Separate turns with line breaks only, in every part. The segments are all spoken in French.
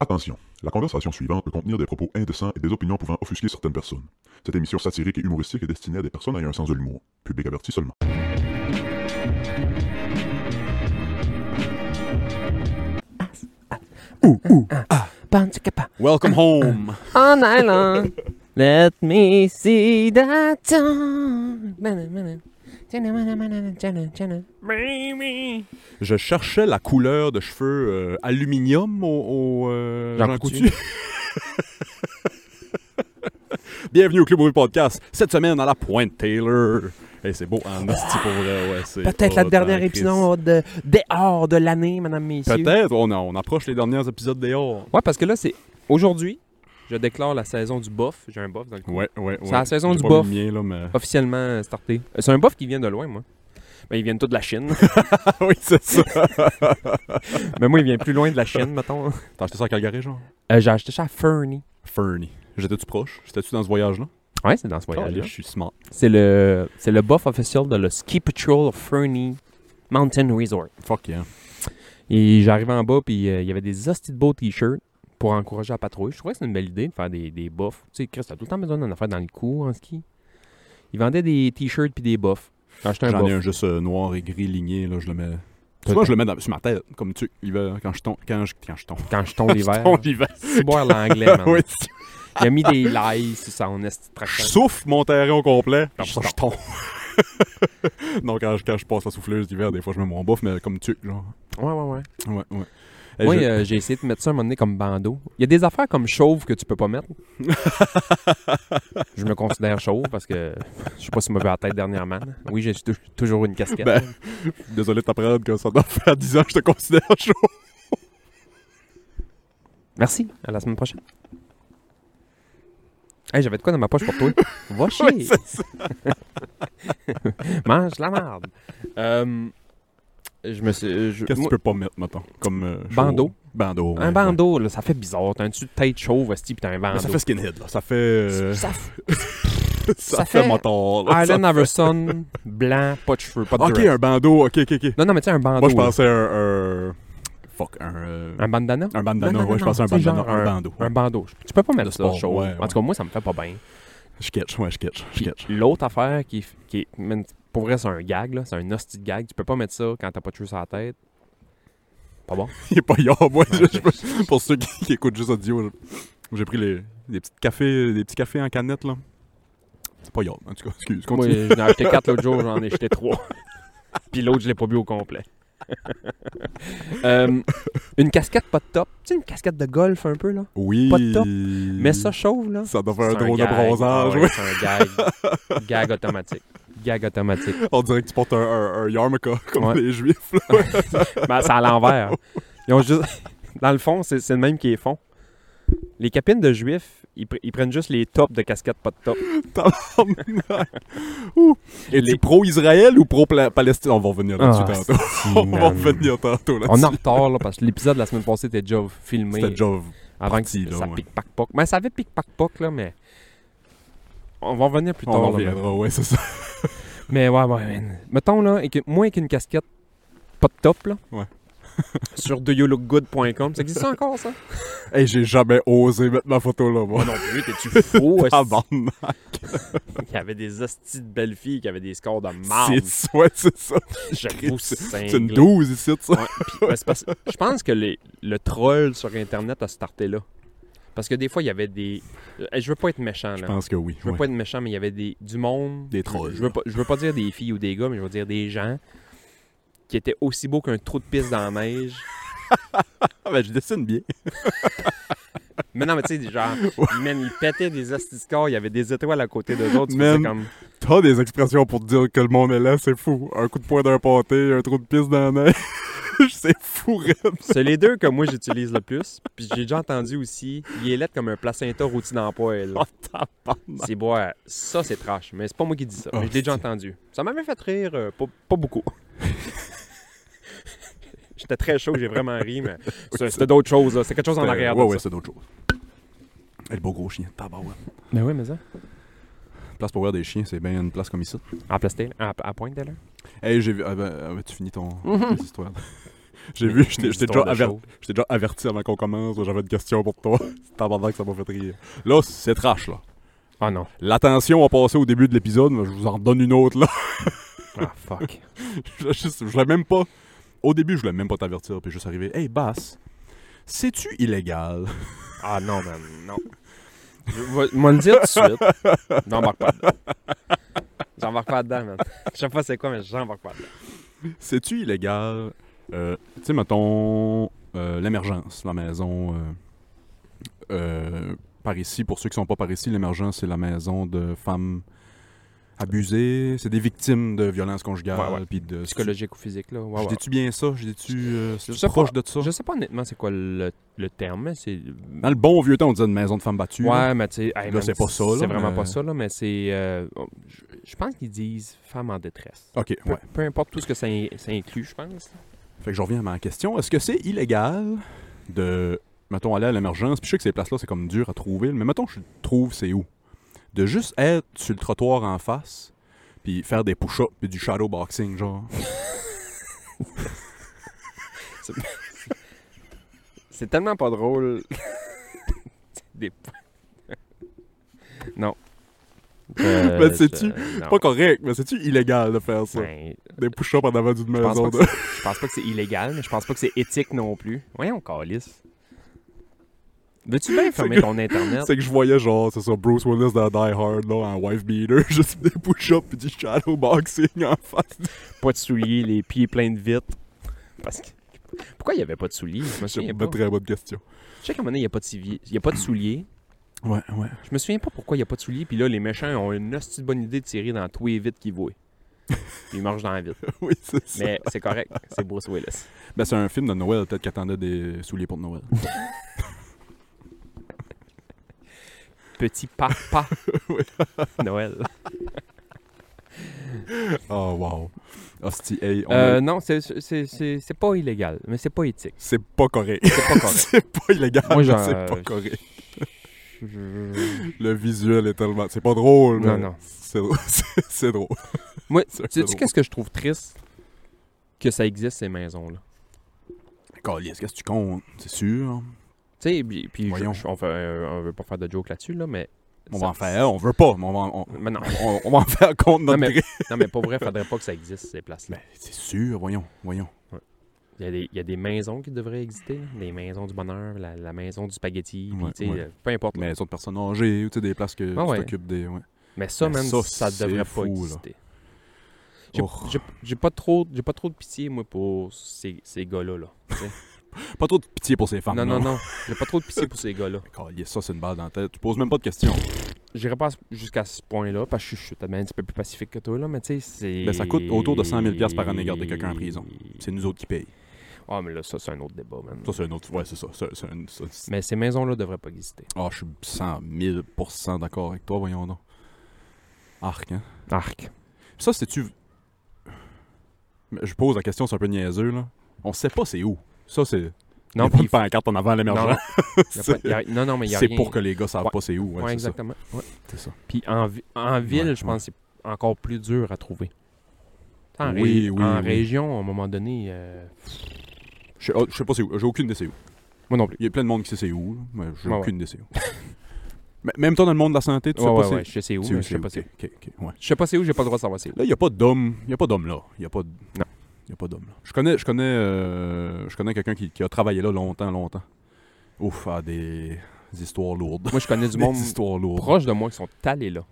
Attention, la conversation suivante peut contenir des propos indécents et des opinions pouvant offusquer certaines personnes. Cette émission satirique et humoristique est destinée à des personnes ayant un sens de l'humour. Public averti seulement.
Welcome home.
En allant. Let me see that song.
Je cherchais la couleur de cheveux euh, aluminium au, au, euh,
Jean Coutu.
Bienvenue au Club Brûle Podcast. Cette semaine à la Pointe Taylor. Hey, c'est beau, en asti pour vrai, ouais, c'est
Peut-être la
hot,
dernière
hein, Chris.
épisode de dehors de l'année, madame, messieurs.
Peut-être. On, a- on approche les derniers épisodes dehors.
Ouais, parce que là, c'est aujourd'hui, je déclare la saison du bof. J'ai un bof dans le cou.
Ouais, ouais, ouais.
C'est la saison
J'ai
du
pas vu
bof.
le mien, là, mais-
Officiellement euh, starté. Euh, C'est un bof qui vient de loin, moi. Mais ils viennent tous de la Chine.
oui, c'est ça.
Mais moi, il vient plus loin de la Chine, mettons.
T'as acheté ça à Calgary, genre?
Euh, J'ai acheté ça à Fernie.
Fernie. J'étais-tu proche? J'étais-tu dans ce voyage-là?
Ouais, c'est dans ce
Calais,
voyage-là.
je suis smart.
C'est le, c'est le bof officiel de le Ski Patrol of Fernie Mountain Resort.
Fuck yeah.
Et j'arrivais en bas, puis euh, il y avait des hosties de beaux t-shirts pour encourager la patrouille. Je trouvais que c'est une belle idée de faire des, des buffs. Tu sais, Chris, t'as tout le temps besoin d'en affaire dans le cou en ski. Ils vendaient des t-shirts puis des buffs. J'ai acheté un
J'en ai
buff.
un juste euh, noir et gris ligné, là, je le mets. Tu vois, je le mets dans- sur ma tête, comme tu l'hiver, quand je tombe. Quand je, quand je tombe.
Quand je tombe l'hiver.
Ton l'hiver.
C'est boire l'anglais, man.
Oui,
Il a mis des lies sur ça, on est
je
traction.
souffle mon terrain au complet, puis après ça, je tombe. non, quand je, quand je passe la souffleuse d'hiver, des fois, je mets mon bouffe, mais comme tu, genre.
Ouais, ouais, ouais.
Ouais, ouais. Et
Moi,
je-
euh, j'ai essayé de mettre ça un moment donné comme bandeau. Il y a des affaires comme chauve que tu peux pas mettre. je me considère chauve parce que je sais pas si je me vu à la tête dernièrement. Oui, j'ai tou- toujours une casquette.
Ben, désolé de t'apprendre que ça doit faire 10 ans que je te considère chaud.
Merci, à la semaine prochaine. Hey, j'avais de quoi dans ma poche pour toi? Va chier!
Ouais, c'est ça.
Mange la merde! Euh, je me suis... je-
Qu'est-ce que
moi-
tu peux pas mettre, mettons? Comme. euh, chaud?
Bandeau.
Bandeau. ouais,
un
ouais.
bandeau, là, ça fait bizarre. T'as un dessus de tête chauve, hostie, pis t'as un
Mais
bandeau.
ça fait skinhead, là. Ça fait. euh,
Ça
ça,
ça
fait,
fait
motor, là. Ça-
Allen Iverson, blanc, pas de cheveux, pas de
Ok,
dreads.
un bandeau, ok, ok, ok.
Non, non, mais tu sais, un bandeau.
Moi, je
là.
pensais à un, un- Fuck, un. euh,
Un bandana?
Un bandana,
Non, non,
ouais,
non,
je pensais à un
non, c'est
bandana.
genre
un bandeau.
Un bandeau. Tu peux pas mettre ça,
sport,
chaud.
ouais,
En
ouais.
tout cas, moi, ça me fait pas bien.
Je catch, ouais, je catch, je
Puis
catch.
l'autre affaire qui, f- qui est... man, Pour vrai, c'est un gag, là. C'est un hostie de gag. Tu peux pas mettre ça quand t'as pas de cheveux sur la tête. Pas bon?
Il est pas yard, moi. je-
Ouais,
je- pour ceux qui, qui écoutent juste audio, je- j'ai pris les, des, petits cafés, des petits cafés en canette, là. C'est pas yard, en tout cas, excuse,
Moi,
continue.
j'en ai acheté quatre l'autre jour, j'en ai jeté trois. Puis l'autre, je l'ai pas bu au complet. Euh, une casquette pas de top. Tu sais, une casquette de golf un peu, là.
Oui.
pas de top.
Mais
Mais ça chauve, là.
Ça doit
C'est
faire un drôle de
gag. Ah
bronzage,
Ouais,
oui.
C'est un gag. gag automatique. Gag automatique.
On dirait que tu portes un, un, un yarmulke, comme
Ouais.
les juifs, là.
Ben, c'est à l'envers. Ils ont juste... Dans le fond, c'est c'est le même qui les font. Les capines de juifs, ils, pr- ils prennent juste les tops de casquettes pas de top.
Ouh. Et tu pro-Israël ou pro-Palestine? On va revenir là-dessus
Ah,
tantôt. On va revenir tantôt
On est
là-dessus.
en retard, là, parce que l'épisode de la semaine passée était déjà filmé.
C'était déjà
Avant
parti,
que
là,
ça
ouais.
pique pac poc. Mais ça avait pique pac poc là, mais on va en revenir plus
On
tard.
en
là, mais-
reviendra, ouais, c'est ça.
mais ouais, ouais, man. Mettons là, et que, moi avec une casquette pas de top là.
Ouais.
sur doyoulookgood.com, ça existe encore ça
Hey, j'ai jamais osé mettre ma photo là, moi.
non plus, t'es-tu fou
Ah, bande.
Il y avait des hosties de belles filles qui avaient des scores de marde.
C'est ouais, c'est ça.
J'avoue,
c'est-
cinglé.
C'est une 12 ici, ça.
Ouais, puis- ben, c'est parce- je pense que les- le troll sur Internet a starté là. Parce que des fois, il y avait des. Eh, Je veux pas être méchant, là.
Je pense que oui.
Je veux
ouais.
pas être méchant, mais il y avait des, du monde.
Des trolls,
Je veux,
là.
pas, je veux pas dire des filles ou des gars, mais je veux dire des gens qui étaient aussi beaux qu'un trou de piste dans la neige.
Ah, ben, je dessine bien.
Mais non, mais tu sais, genre, man, ils pétaient des astiscors, il y avait des étoiles à côté d'eux autres. tu
Man.
faisais comme.
T'as des expressions pour te dire que le monde est là, c'est fou. Un coup de poing d'un pâté, un trou de pisse dans la neige. c'est fou, raide.
C'est les deux que moi j'utilise le plus. Puis j'ai déjà entendu aussi, il est laid comme un placenta rôti dans le poêle.
Oh, tabarnak.
C'est boire. Ça, c'est trash. Mais c'est pas moi qui dis ça.
Oh,
mais je l'ai déjà
c'est-
entendu. Ça m'avait fait rire, euh, pas, pas beaucoup. J'étais très chaud, j'ai vraiment ri, mais ça, c'était d'autres choses. là. C'est quelque chose en arrière
Ouais,
de
ouais,
ça.
c'est d'autres choses. Et le beau gros chien, tabarouette.
Mais oui, mais ça.
Place pour voir des chiens, c'est bien une place comme ici.
En plastique, à, à pointe, d'ailleurs.
Hey, j'ai vu. ah ben, ah ben, tu finis ton. tes histoires. J'ai vu, j'étais
Une
j'étais déjà,
histoire de
aver-
show.
j'étais déjà averti avant qu'on commence. J'avais une question pour toi. C'est pendant que ça m'a fait rire. Là, c'est trash, là.
Ah non.
L'attention a passé au début de l'épisode, mais je vous en donne une autre, là.
Ah fuck.
Je, je- je voulais même pas. Au début, je voulais même pas t'avertir, puis juste arriver. Hey, Bass, c'est-tu illégal?
Ah non, man, non. Je vais- Moi le dire tout de suite. J'embarque pas dedans. J'embarque pas dedans, man. Je sais pas c'est quoi, mais j'embarque pas dedans.
C'est-tu illégal? euh, tu sais, mettons, euh, l'émergence, la maison euh, euh, par ici. Pour ceux qui sont pas par ici, l'émergence, c'est la maison de femmes abusées. C'est des victimes de violences conjugales.
Ouais, ouais.
puis de,
Psychologique ou physique, là. Ouais,
Je
ouais.
dis-tu bien ça? Je dis-tu euh, c'est
Je sais
proche
pas.
de ça?
Je sais pas honnêtement c'est quoi le, le terme, mais c'est.
Dans le bon vieux temps, on disait une maison de femmes battues. là.
Ouais, mais tu sais, hey,
Là,
man,
c'est pas ça, là,
C'est vraiment
mais-
pas ça, là, mais c'est. euh, je- je pense qu'ils disent femme en détresse.
OK,
Peu,
ouais.
peu importe tout ce que ça, ça inclut, je pense.
Fait que je reviens à ma question. Est-ce que c'est illégal de, mettons, aller à l'émergence? Puis je sais que ces places-là, c'est comme dur à trouver, mais mettons, je trouve c'est où? De juste être sur le trottoir en face, puis faire des push-ups, puis du shadowboxing, genre.
C'est tellement pas drôle. Des... non. Euh,
Ben, sais-tu,
je- non.
Pas correct, mais c'est-tu illégal de faire ça?
Ben,
Des push-ups en avant d'une
je, pense
maison.
pas
De...
que c'est- je pense pas que c'est illégal, mais je pense pas que c'est éthique non plus. Voyons, Calis. Veux-tu bien fermer
que-
ton Internet?
C'est que je voyais, genre, c'est ça, Bruce Willis dans Die Hard, là, en wife beater, juste des push-ups, puis du shadowboxing en face.
Pas de souliers, les pieds pleins de vitres. Parce que... Pourquoi il y avait pas de souliers? Je me
C'est
souviens
une
pas.
très bonne question.
Je sais qu'à un moment donné, il n'y a pas de civi- il y a pas de souliers.
Ouais, ouais.
Je me souviens pas pourquoi il n'y a pas de souliers, puis là, les méchants ont une hostie de bonne idée de tirer dans tous les vitres qu'ils voient. Puis ils marchent dans la vitre.
oui, c'est ça.
Mais c'est correct, c'est Bruce Willis.
Ben, c'est un film de Noël, peut-être qu'attendait des souliers pour Noël.
Petit papa. Noël.
Oh, wow. Hostie, hey, on
Euh,
a-
non, c'est- c'est c'est- c'est pas illégal, mais c'est pas éthique.
c'est pas correct.
C'est pas correct.
c'est pas illégal,
Moi,
mais
j'en-
c'est pas correct.
Je-
Le visuel est tellement... C'est pas drôle, mais
Non, non.
C'est drôle. C'est- c'est drôle.
Moi,
C'est un peu
sais-tu
drôle.
qu'est-ce que je trouve triste? Que ça existe, ces maisons-là.
Calisse, qu'est-ce que tu comptes? C'est sûr.
Tu sais, puis puis je-
Voyons.
je- on, fait- euh, on veut pas faire de joke là-dessus, là, mais...
On
ça-
va en faire. On veut pas, mais on va, en- on,
Mais non.
on- on va en faire contre notre
Non, mais-
gré.
non, mais pour vrai, faudrait pas que ça existe, ces places-là.
Mais c'est sûr, voyons, voyons.
Il y, a des, il y a des maisons qui devraient exister, là. des maisons du bonheur, la, la maison du spaghetti, puis,
Ouais,
tu sais,
ouais.
euh, peu importe. Mais,
Mais les autres personnes âgées, ou tu sais, des places que
Ah ouais.
tu t'occupes des... Ouais.
ça,
mais
même,
Ben, ça,
ça,
c'est
devrait
fou,
pas
là.
exister. J'ai-
Oh.
J'ai j'ai pas, trop- j'ai pas trop de pitié, moi, pour ces, ces gars-là. Là.
Pas trop de pitié pour ces femmes.
non, non, non. J'ai pas trop de pitié pour ces gars-là.
Calisse, ça, c'est une balle dans la tête. Tu poses même pas de questions.
J'irai pas jusqu'à ce point-là, parce que je suis- je suis peut-être un petit peu plus pacifique que toi, là, mais tu sais, c'est.
Ben, ça coûte autour de 100 000 par année garder quelqu'un en prison. C'est nous autres qui payent.
Ah, mais là, ça, c'est un autre débat, man.
Ça, c'est un autre. Ouais, c'est ça. C'est- c'est un- c'est- c'est-
Mais ces maisons-là devraient pas exister.
Ah, je suis 100 000 d'accord avec toi, voyons donc. Arc, hein.
Arc.
Ça, c'est-tu. Mais Je pose la question, c'est un peu niaiseux, là. On sait pas c'est où. Ça, c'est. Il y
Non,
a
puis.
pas de pancarte en avant à
Non,
l'émergence.
y a pas- y a- non, non, mais il y a
C'est
rien.
pour que les gars savent
Ouais.
pas c'est où. Ouais,
Ouais,
c'est ça.
exactement. Ouais.
C'est ça.
Puis en, vi- en ville,
Ouais,
je pense que c'est encore plus dur à trouver. En,
Oui,
ré-
oui,
en
oui.
région, à un moment donné, euh,
Je sais, oh, je sais pas c'est où. J'ai aucune idée c'est où.
moi non plus.
Il y a plein de monde qui sait c'est où, là, mais j'ai
Ouais, ouais.
aucune idée c'est où. mais même toi, dans le monde de la santé, tu sais
Ouais,
pas
ouais,
c'est
ouais, je sais où,
tu
mais je
c'est
sais pas c'est où.
ok, ok, ok, ouais.
Je sais pas c'est où, j'ai pas le droit de savoir c'est où.
Là, il n'y a pas d'homme. Il a pas d'homme là. Il n'y a pas de...
Non.
Il y a pas d'homme là. Je connais, je connais, euh, je connais quelqu'un qui, qui a travaillé là longtemps, longtemps. Ouf, à des, des histoires lourdes.
Moi, je connais du
Des
monde
histoires lourdes.
proche de moi qui sont allés là.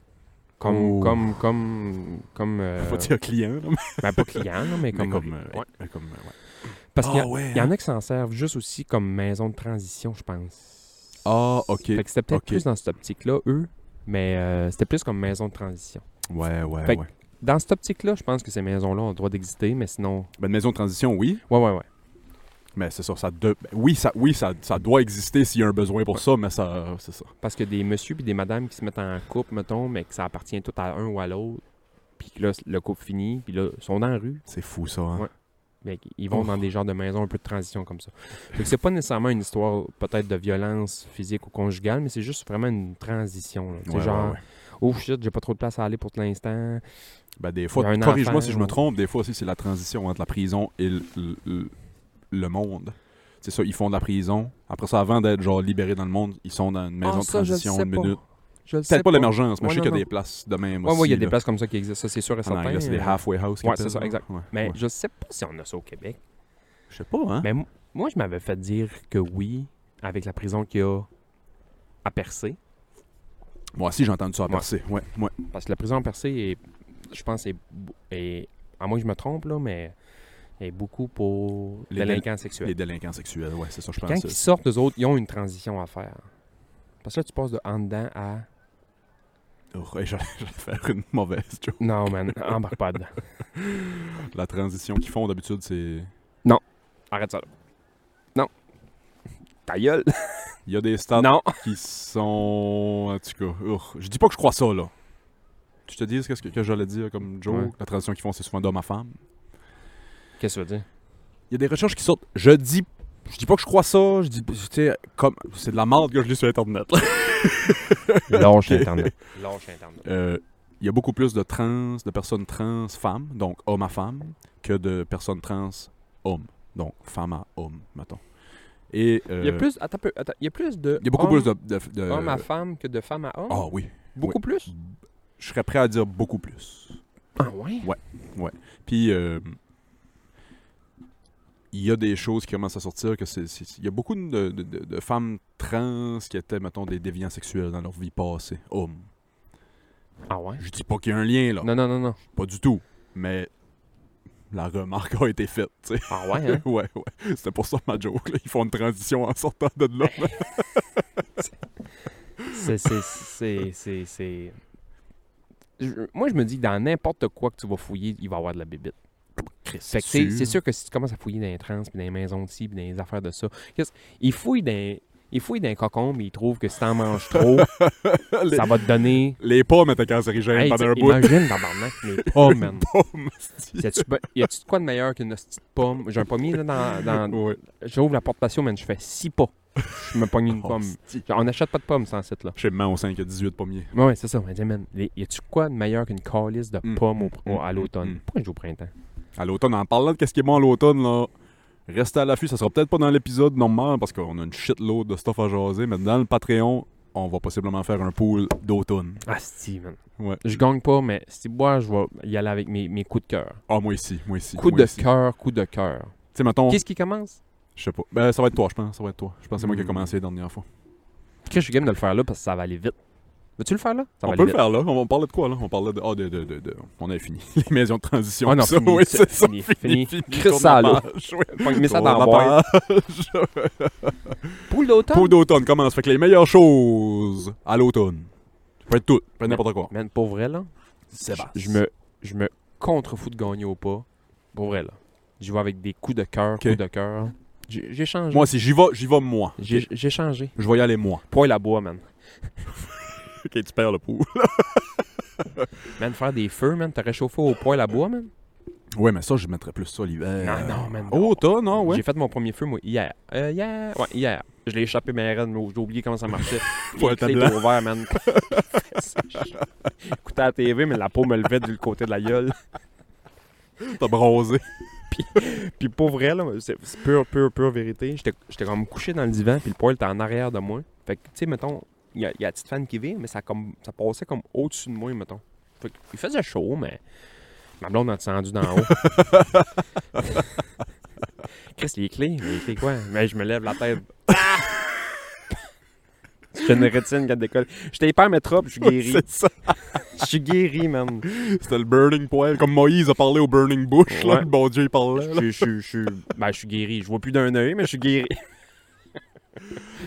Comme,
Oh.
comme, comme, comme, euh,
Faut dire client, là, mais-
ben, pas client, là, mais
mais
comme,
comme... euh,
ouais.
mais comme, euh, ouais.
parce qu'il y, a-
Ah, ouais,
il y en a qui s'en servent juste aussi comme maison de transition, je pense.
Ah, ok,
Fait que c'était peut-être
ok.
plus dans cette optique-là, eux, mais euh, c'était plus comme maison de transition.
Ouais, ouais,
Fait que-
ouais.
Dans cette optique-là, je pense que ces maisons-là ont le droit d'exister, mais sinon.
Ben, une maison de transition, oui.
Ouais, ouais, ouais.
Mais c'est ça, ça... de- ben, Oui, ça, oui ça, ça doit exister s'il y a un besoin pour ça, mais ça... C'est ça.
Parce que des messieurs puis des madames qui se mettent en couple, mettons, mais que ça appartient tout à un ou à l'autre, puis que là, le couple finit, puis là, ils sont dans la rue,
C'est fou, ça, hein.
Ouais. mais ils vont
Oh.
dans des genres de maisons un peu de transition comme ça. Fait que c'est pas nécessairement une histoire peut-être de violence physique ou conjugale, mais c'est juste vraiment une transition. là. C'est
Ouais, ouais,
genre,
ouais.
oh shit, j'ai pas trop de place à aller pour l'instant.
Ben, des
Il y a
fois,
un
corrige-moi
enfant,
si je me
ou-
trompe, des fois aussi, c'est la transition entre la prison et l- l- le monde. C'est ça, ils font de la prison. Après ça, avant d'être genre libérés dans le monde, ils sont dans une maison
Ah,
de
ça, je le
transition,
sais
une
pas.
minute.
Je le sais
Peut-être pas l'émergence, mais je
Ouais,
sais
non,
qu'il y a
non.
des places de même
Ouais,
aussi.
ouais, il y a des
là.
places comme ça qui existent, ça c'est sûr et
En
certain.
anglais, c'est des
euh,
halfway house. qu'ils
ouais, c'est
appellent,
ça,
là.
exact.
Ouais,
Mais
ouais.
je sais pas si on a ça au Québec.
je sais pas, hein.
Mais m- moi, je m'avais fait dire que oui, avec la prison qu'il y a à Percé.
Moi aussi, j'ai entendu ça à
Ouais.
Percé. Ouais, ouais.
Parce que la prison à Percé, est, je pense, est, bou- est- à moins que je me trompe, là, mais est beaucoup pour
Les
les
dél-
délinquants sexuels.
Les délinquants sexuels, ouais, c'est ça, je
Quand
pense.
ils sortent, eux autres, ils ont une transition à faire. Parce que là, tu passes de en dedans à.
Oh, hey, j'allais j'allais faire une mauvaise joke.
Non, man, embarque pas dedans.
La transition qu'ils font d'habitude, c'est.
Arrête ça. là. Non. Ah. Ta gueule.
Il y a des stades
Non.
qui sont. En tout cas, urgh. je dis pas que je crois ça, là. Tu te dis ce que, que j'allais dire comme Joe.
Ouais.
La transition qu'ils font, c'est souvent d'homme à femme.
Qu'est-ce que tu veux dire?
Il y a des recherches qui sortent. Je dis. Je dis pas que je crois ça. Je dis. Tu sais, comme. C'est de la merde que je lis sur Internet, là.
Lâche Internet. Lâche Internet.
Euh, Il y a beaucoup plus de trans, de personnes trans femmes, donc homme à femme, que de personnes trans hommes, donc femme à homme, mettons. Et. euh,
Il y a plus. Attends, un peu, attends, il y a plus de. euh,
Il y a beaucoup
hommes-
plus de. de- de-
Homme à femme que de femme à homme?
Ah oui.
Beaucoup plus?
Je serais prêt à dire beaucoup plus.
Ah ouais?
Puis, euh, il y a des choses qui commencent à sortir. que c'est, c'est- Il y a beaucoup de, de- de- de femmes trans qui étaient, mettons, des déviants sexuels dans leur vie passée, hommes.
Ah ouais?
Je dis pas qu'il y a un lien, là.
Non, non, non, non.
Pas du tout. Mais la remarque a été faite, tu sais.
Ah ouais, hein?
ouais, ouais. C'était pour ça ma joke, là. Ils font une transition en sortant de là.
C'est- c'est- C'est... c'est- c'est- Je- Moi, je me dis que dans n'importe quoi que tu vas fouiller, il va y avoir de la bébite. Fait que, tu sais, c'est sûr que si tu commences à fouiller dans les trans, puis dans les maisons de ci, puis dans les affaires de ça, qu'est-ce- ils fouillent dans... Ils fouillent dans les cocons, mais ils trouvent que si t'en manges trop,
Les,
ça va te donner...
les pommes étaient cancérigènes
Hey,
pendant
t'sais,
un bout.
imagine, tabarnak, les pommes, man.
Pommes, c'est-
Y a-tu ben- y a-tu de quoi de meilleur qu'une hostie de pomme? J'ai un pommier, là, dans, dans,
Ouais.
J'ouvre la porte patio, man, je fais 6 pas. Je me pogne une
Oh,
pomme.
c'est-
Genre, on n'achète pas de pommes sans site, là.
Chez Maman au 5, il y a 18 pommiers.
Ouais, ouais, c'est ça. On dit, man, les- y a-tu quoi de meilleur qu'une calice de
Mm.
pommes au, au- à
Mm,
l'automne?
mm, mm.
Pourquoi je joue au printemps?
À l'automne, en parlant de qu'est-ce qui est bon à l'automne, là, restez à l'affût. Ça sera peut-être pas dans l'épisode normal parce qu'on a une shitload de stuff à jaser, mais dans le Patreon, on va possiblement faire un pool d'automne.
Ah, si, man.
Ouais.
Je gagne pas, mais si moi, je vais y aller avec mes, mes coups de cœur.
Ah, moi ici, moi ici.
Coup
moi
de
ici.
cœur, coup de cœur.
Tu sais, mettons,
Qu'est-ce qui commence?
je sais pas. Ben, ça va être toi, je pense. Ça va être toi. Je pense que c'est moi qui ai
Hmm.
commencé la dernière fois.
Chris, je suis game de le faire là parce que ça va aller vite. Veux-tu le faire là? Ça
on
va
peut
aller
le
vite.
faire, là. On, on parlait de quoi, là On parlait de. Ah, de, de, de, de- On a fini. Les maisons de transition.
Ah non,
tout ça.
fini,
Oui,
ça,
c'est ça.
fini, fini. Chris,
Tourne
ça,
la
là.
page, ouais.
Pogne- Mets ça
Tourne la
dans la boîte.
page.
Poule d'automne?
Peau d'automne commence. Fait que les meilleures choses à l'automne. Ça peut être tout. Ça peut être n'importe quoi.
Man, pour vrai, là, je- je me, je me contrefous de gagner ou pas. Pour vrai, là. Je vais avec des coups de cœur, coups de cœur. J'ai j'ai changé.
Moi, si j'y vais, j'y vais moi.
J'ai j'ai changé.
Je vais y aller moi.
Poil à bois, man.
Ok, tu perds le pouls.
Man, faire des feux, man. T'as réchauffé au poil à bois, man?
Ouais, mais ça, je mettrais plus ça l'hiver.
Non, non, man, non.
Automne, non, Euh, ouais.
J'ai fait mon premier feu, moi, hier. Euh, hier. Ouais, hier. Je l'ai échappé, mais raide, mais j'ai oublié comment ça marchait.
Faut
Les
être
clés
blanc.
étaient ouvertes, man. J'écoutais la TV, mais la peau me levait du côté de la gueule.
T'as bronzé.
Puis pour vrai, là, c'est c'est pure, pure, pure vérité. J'étais j'étais comme couché dans le divan, puis le poil était en arrière de moi. Fait que, tu sais, mettons, il y, a- il y a la petite fan qui vit, mais ça, comme, ça passait comme au-dessus de moi, mettons. Fait que, il faisait chaud, mais ma blonde a descendu d'en haut. Chris, les clés, mais les clés quoi? Mais je me lève la tête. Ah! J'ai une rétine quand décolle. J'étais hyper métro, puis je suis guéri.
C'est ça.
Je suis guéri, man.
C'était le burning poil. Comme Moïse a parlé au burning bush, là.
Ouais.
Le bon Dieu, il parlait. là.
Je je- je- je- ben, je suis guéri. Je vois plus d'un œil, mais je suis guéri.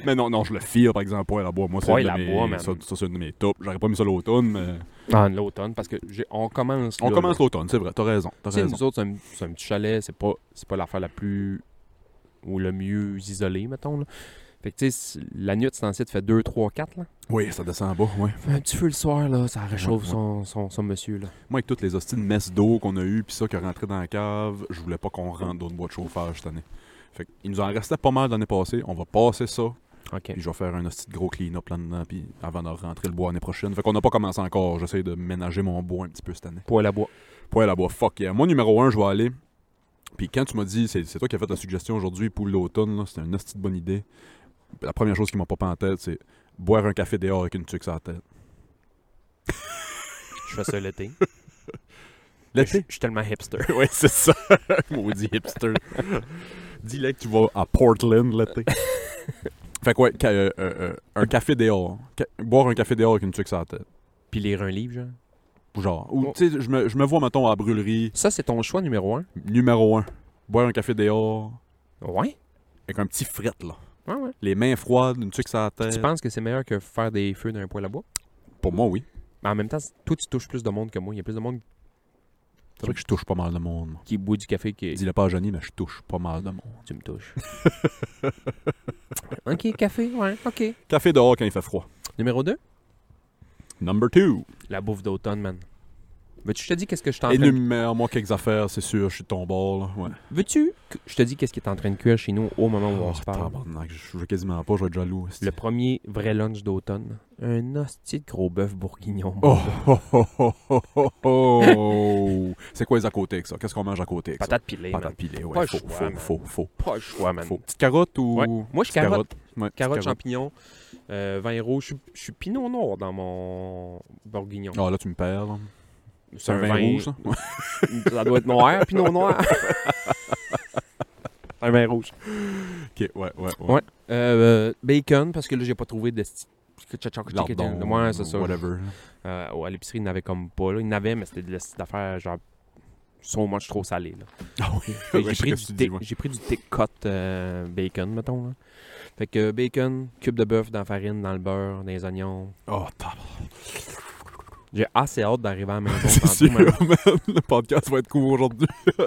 Mais non, non, je le fire, par exemple, poil à bois. Moi, c'est
Poil
un de
à
mes-
bois, man.
Ça, ça, c'est une de mes tops. J'aurais pas mis ça l'automne, mais.
Ah, l'automne, parce que j'ai- on commence.
On
là,
commence
là.
l'automne, c'est vrai. T'as raison. T'as
Tu sais,
raison.
nous autres, c'est un, c'est un petit chalet, c'est pas, c'est pas l'affaire la plus. ou le mieux isolée, mettons. Là. Fait que, tu sais, c'est- la nuit, tu t'en sais, tu fais 2, 3, 4. Là.
Oui, ça descend en bas, ouais.
Fais un petit feu le soir, là, ça réchauffe
ouais.
Son, son, son monsieur. Là.
Moi, avec toutes les hostiles messes d'eau qu'on a eues, puis ça, qui est rentré dans la cave, je voulais pas qu'on rentre d'autres bois de chauffage cette année. Fait que, il nous en restait pas mal l'année passée. On va passer ça,
OK.
puis je vais faire un hostile gros clean-up là-dedans, puis avant de rentrer le bois l'année prochaine. Fait qu'on n'a pas commencé encore. J'essaie de ménager mon bois un petit peu cette année.
Poêle à bois.
Poêle à bois, fuck yeah. Moi, numéro un, je vais aller Puis quand tu m'as dit, c'est c'est toi qui as fait la suggestion aujourd'hui pour l'automne, là, c'était une hostie de bonne idée. La première chose qui m'a popé en tête, c'est boire un café dehors avec une tuque sur la tête.
Je fais ça l'été. Je
L'été.
je suis tellement hipster.
ouais, c'est ça. Maudit hipster. Dis-le que tu vas à Portland l'été. fait que ouais, ca- euh, euh, euh, un café dehors. Ca- boire un café dehors avec une tuque sur la tête.
Puis lire un livre, genre.
Genre. Ou, tu sais, je me, je me vois, mettons, à la brûlerie,
Ça, c'est ton choix numéro un.
numéro un. Boire un café dehors
Ouais.
avec un petit fret, là.
Ouais, ouais.
Les mains froides, une tuque sur la
Puis
tête.
tu penses que c'est meilleur que faire des feux d'un poêle à bois?
Pour moi, oui.
Mais en même temps, c'est- toi, tu touches plus de monde que moi. Il y a plus de monde
C'est vrai que je touche pas mal de monde. moi.
qui boit du café que
Dis-le pas à Johnny, mais je touche pas mal de monde.
tu me touches. OK, café, ouais, OK.
Café dehors quand il fait froid.
Numéro 2,
Number two.
la bouffe d'automne, man. Veux-tu que je te dis qu'est-ce que je suis en train de...
Énumère-moi quelques affaires, c'est sûr, je suis de ton bord, là. Ouais.
Veux-tu que je te dis qu'est-ce qui est en train de cuire chez nous au moment où on se parle?
tabarnak, je veux quasiment pas, je vais être jaloux. hostie.
Le premier vrai lunch d'automne. Un hostie de gros bœuf bourguignon.
Oh, oh, oh, oh, oh, oh, oh. C'est quoi les à côté avec ça? Qu'est-ce qu'on mange à côté avec
Patate pilée,
ça?
man.
Patate pilée, ouais.
Pas le
faux,
choix,
faux,
man.
faux, faux,
Pas le choix, man.
faux. Petite carotte ou...
Ouais. Moi, je
Petite
carotte.
Ouais, petite
Carottes, champignons, euh, vin rouge. Je suis- Je suis pinot noir dans mon bourguignon.
Ah, là, tu me perds. là. C'est
C'est
un
un
vin
vin-
rouge, ça? Ouais.
Ça doit être noir, pinot noir. un vin rouge.
Ok, ouais, ouais, ouais.
Ouais. Euh, euh, bacon, parce que là, j'ai pas trouvé de sti- tchotchok-
Lardon,
Ouais, c'est ça.
Whatever.
Euh, ouais, à l'épicerie, il n'avait comme pas. Là. Il n'avait, mais c'était de la petite affaire genre so much trop salé. là.
Ah oui.
Fait
Ouais,
que
je
J'ai
sais
pris,
qu'est-ce que
du
tu dis,
thick-
ouais.
j'ai pris du thick cut euh, bacon, mettons. Là. Fait que bacon, cube de bœuf dans la farine, dans le beurre, dans les oignons.
Oh, tabarnak.
J'ai assez hâte d'arriver à la maison.
C'est
tantôt,
sûr,
man.
man. Le podcast va être court aujourd'hui.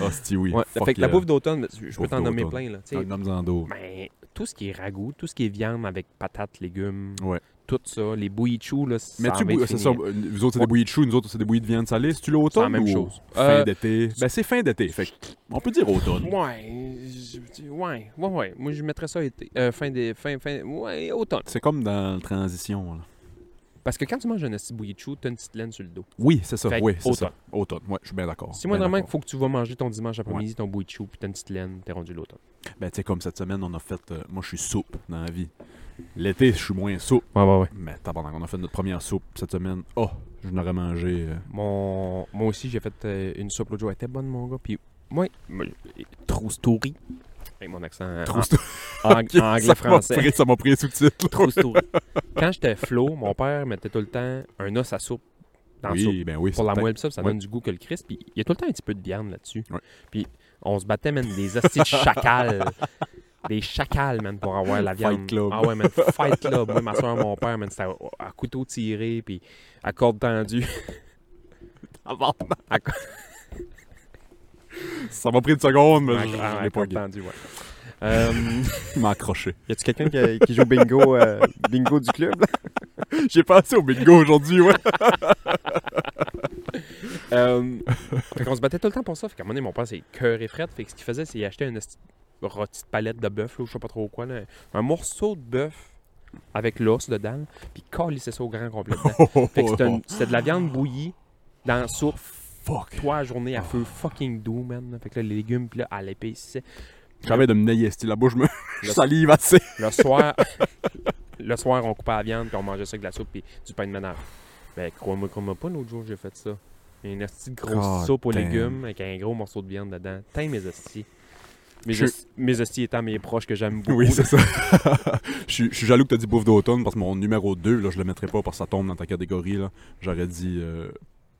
Ah, si oui.
Ouais,
fuck
fait que la
yeah.
bouffe d'automne, je peux
Bouffe
t'en nommer
d'automne.
plein. Là, tu sais.
Ah, nomme-en d'autres.
Ben, tout ce qui est ragoût, tout ce qui est viande avec patates, légumes,
Ouais.
tout ça, les bouillis de choux, là, ça
Mais tu
en va être
bou- c'est
fini.
ça, euh, vous autres c'est des bouillies de choux, nous autres c'est des bouillies de viande salée. C'est-tu
C'est
l'automne
la même
ou
chose.
Fin
Euh,
d'été. Ben c'est fin d'été. Fait que on peut dire automne.
Ouais, je- je- ouais, ouais, ouais. Moi, je mettrais ça été, euh, fin des, fin, fin, ouais, automne.
C'est comme dans la transition. là.
Parce que quand tu manges un esti bouilli de choux, t'as une petite laine sur le dos.
Oui, c'est ça.
Fait que
oui, c'est
automne.
ça. Automne. Ouais, je suis bien d'accord.
Si moi,
Bien
vraiment, il
d'accord.
faut que tu vas manger ton dimanche après-midi ton bouilli de choux, puis t'as une petite laine, t'es rendu l'automne.
Ben tu sais comme cette semaine on a fait. euh, moi je suis soupe dans la vie. L'été je suis moins soupe.
Ouais, ouais, ouais.
Mais tabarnak, on a fait notre première soupe cette semaine. Oh, je n'aurais mangé. euh,
Mon... Moi aussi, j'ai fait euh, une soupe l'autre jour. Elle était bonne, mon gars. Puis, moi, moi, trop story. Avec mon accent
trop
en- en-
Ok, ça m'a
anglais-français.
pris- Ça m'a pris les sous-titres.
Trop story. Quand j'étais flow, mon père mettait tout le temps un os à soupe dans la soupe.
Oui, ben oui.
Pour la
certain.
moelle, pis ça, ça
Ouais.
donne du goût que le crisp. Puis il y a tout le temps un petit peu de viande là-dessus.
Ouais.
Puis on se battait, même des hosties de chacals. des chacals, man, pour avoir la viande.
Fight club.
Ah ouais, man, fight club. Moi, ma soeur, mon père, man, c'était à, à couteau tiré, puis à corde tendue. À corde-
Ça m'a pris une seconde, mais
à-
je-
à-
je
à
l'ai pas
corde
gué-
tendue, ouais. Euh,
Il m'a accroché.
Y a-tu quelqu'un qui, a- qui joue bingo, euh, bingo du club? là?
J'ai passé au bingo aujourd'hui, ouais.
Euh, fait qu'on se battait tout le temps pour ça. Fait qu'à un moment donné, mon père, c'est cœur et frette. Fait que ce qu'il faisait, c'est qu'il achetait une esti- rôtie de palette de bœuf, là, ou je sais pas trop quoi, là. un morceau de bœuf avec l'os dedans, là, puis il calissait ça au grand complètement. Fait que c'était une- c'était de la viande bouillie dans la soupe,
Oh. Fuck.
trois journées à feu fucking doux, man. Fait que là, les légumes, puis là, à l'épice.
J'avais de me nailler, c'était là-bas, je me je salive assez.
Le soir, le soir, on coupait la viande, puis on mangeait ça avec de la soupe, puis du pain de ménage. Ben, crois-moi, crois-moi pas, l'autre jour, j'ai fait ça. Une hostie de grosse
God
soupe aux
damn.
légumes avec un gros morceau de viande dedans. Tain, mes hosties. Mes,
Je-
hosties, mes hosties étant mes proches que j'aime beaucoup.
Oui,
là.
c'est ça. je, suis, je suis jaloux que t'as dit bouffe d'automne parce que mon numéro 2, là, je le mettrais pas parce que ça tombe dans ta catégorie. là. J'aurais dit euh,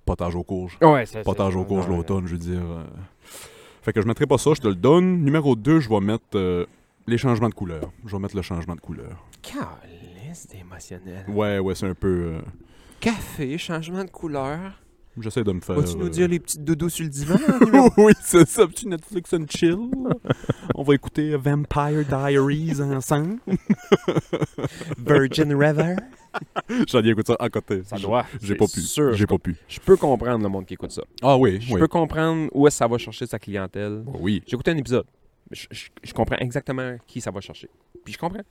potage aux courges.
Ouais, c'est
Potage aux courges
non, non,
l'automne, je veux dire. euh. Fait que je mettrais pas ça, je te le donne. Numéro 2, je vais mettre euh, les changements de couleur. Je vais mettre le changement de couleur.
non. Calisse d'émotionnel.
Ouais, ouais, c'est un peu. euh,
Café, changement de couleur.
J'essaie de me faire.
Vas-tu nous
euh,
dire les petites dodos sur le divan?
oui, c'est ça, petit Netflix and chill. On va écouter Vampire Diaries ensemble.
Virgin River.
J'allais écouter ça à côté.
Ça doit.
J'ai
c'est
pas pu.
sûr.
J'ai pas pu.
Je peux comprendre le monde qui écoute ça.
Ah oui,
Je
oui. Bah
peux comprendre où est-ce que ça va chercher sa clientèle.
Oui.
J'ai écouté un épisode. Je, je- je comprends exactement qui ça va chercher. Puis je comprends.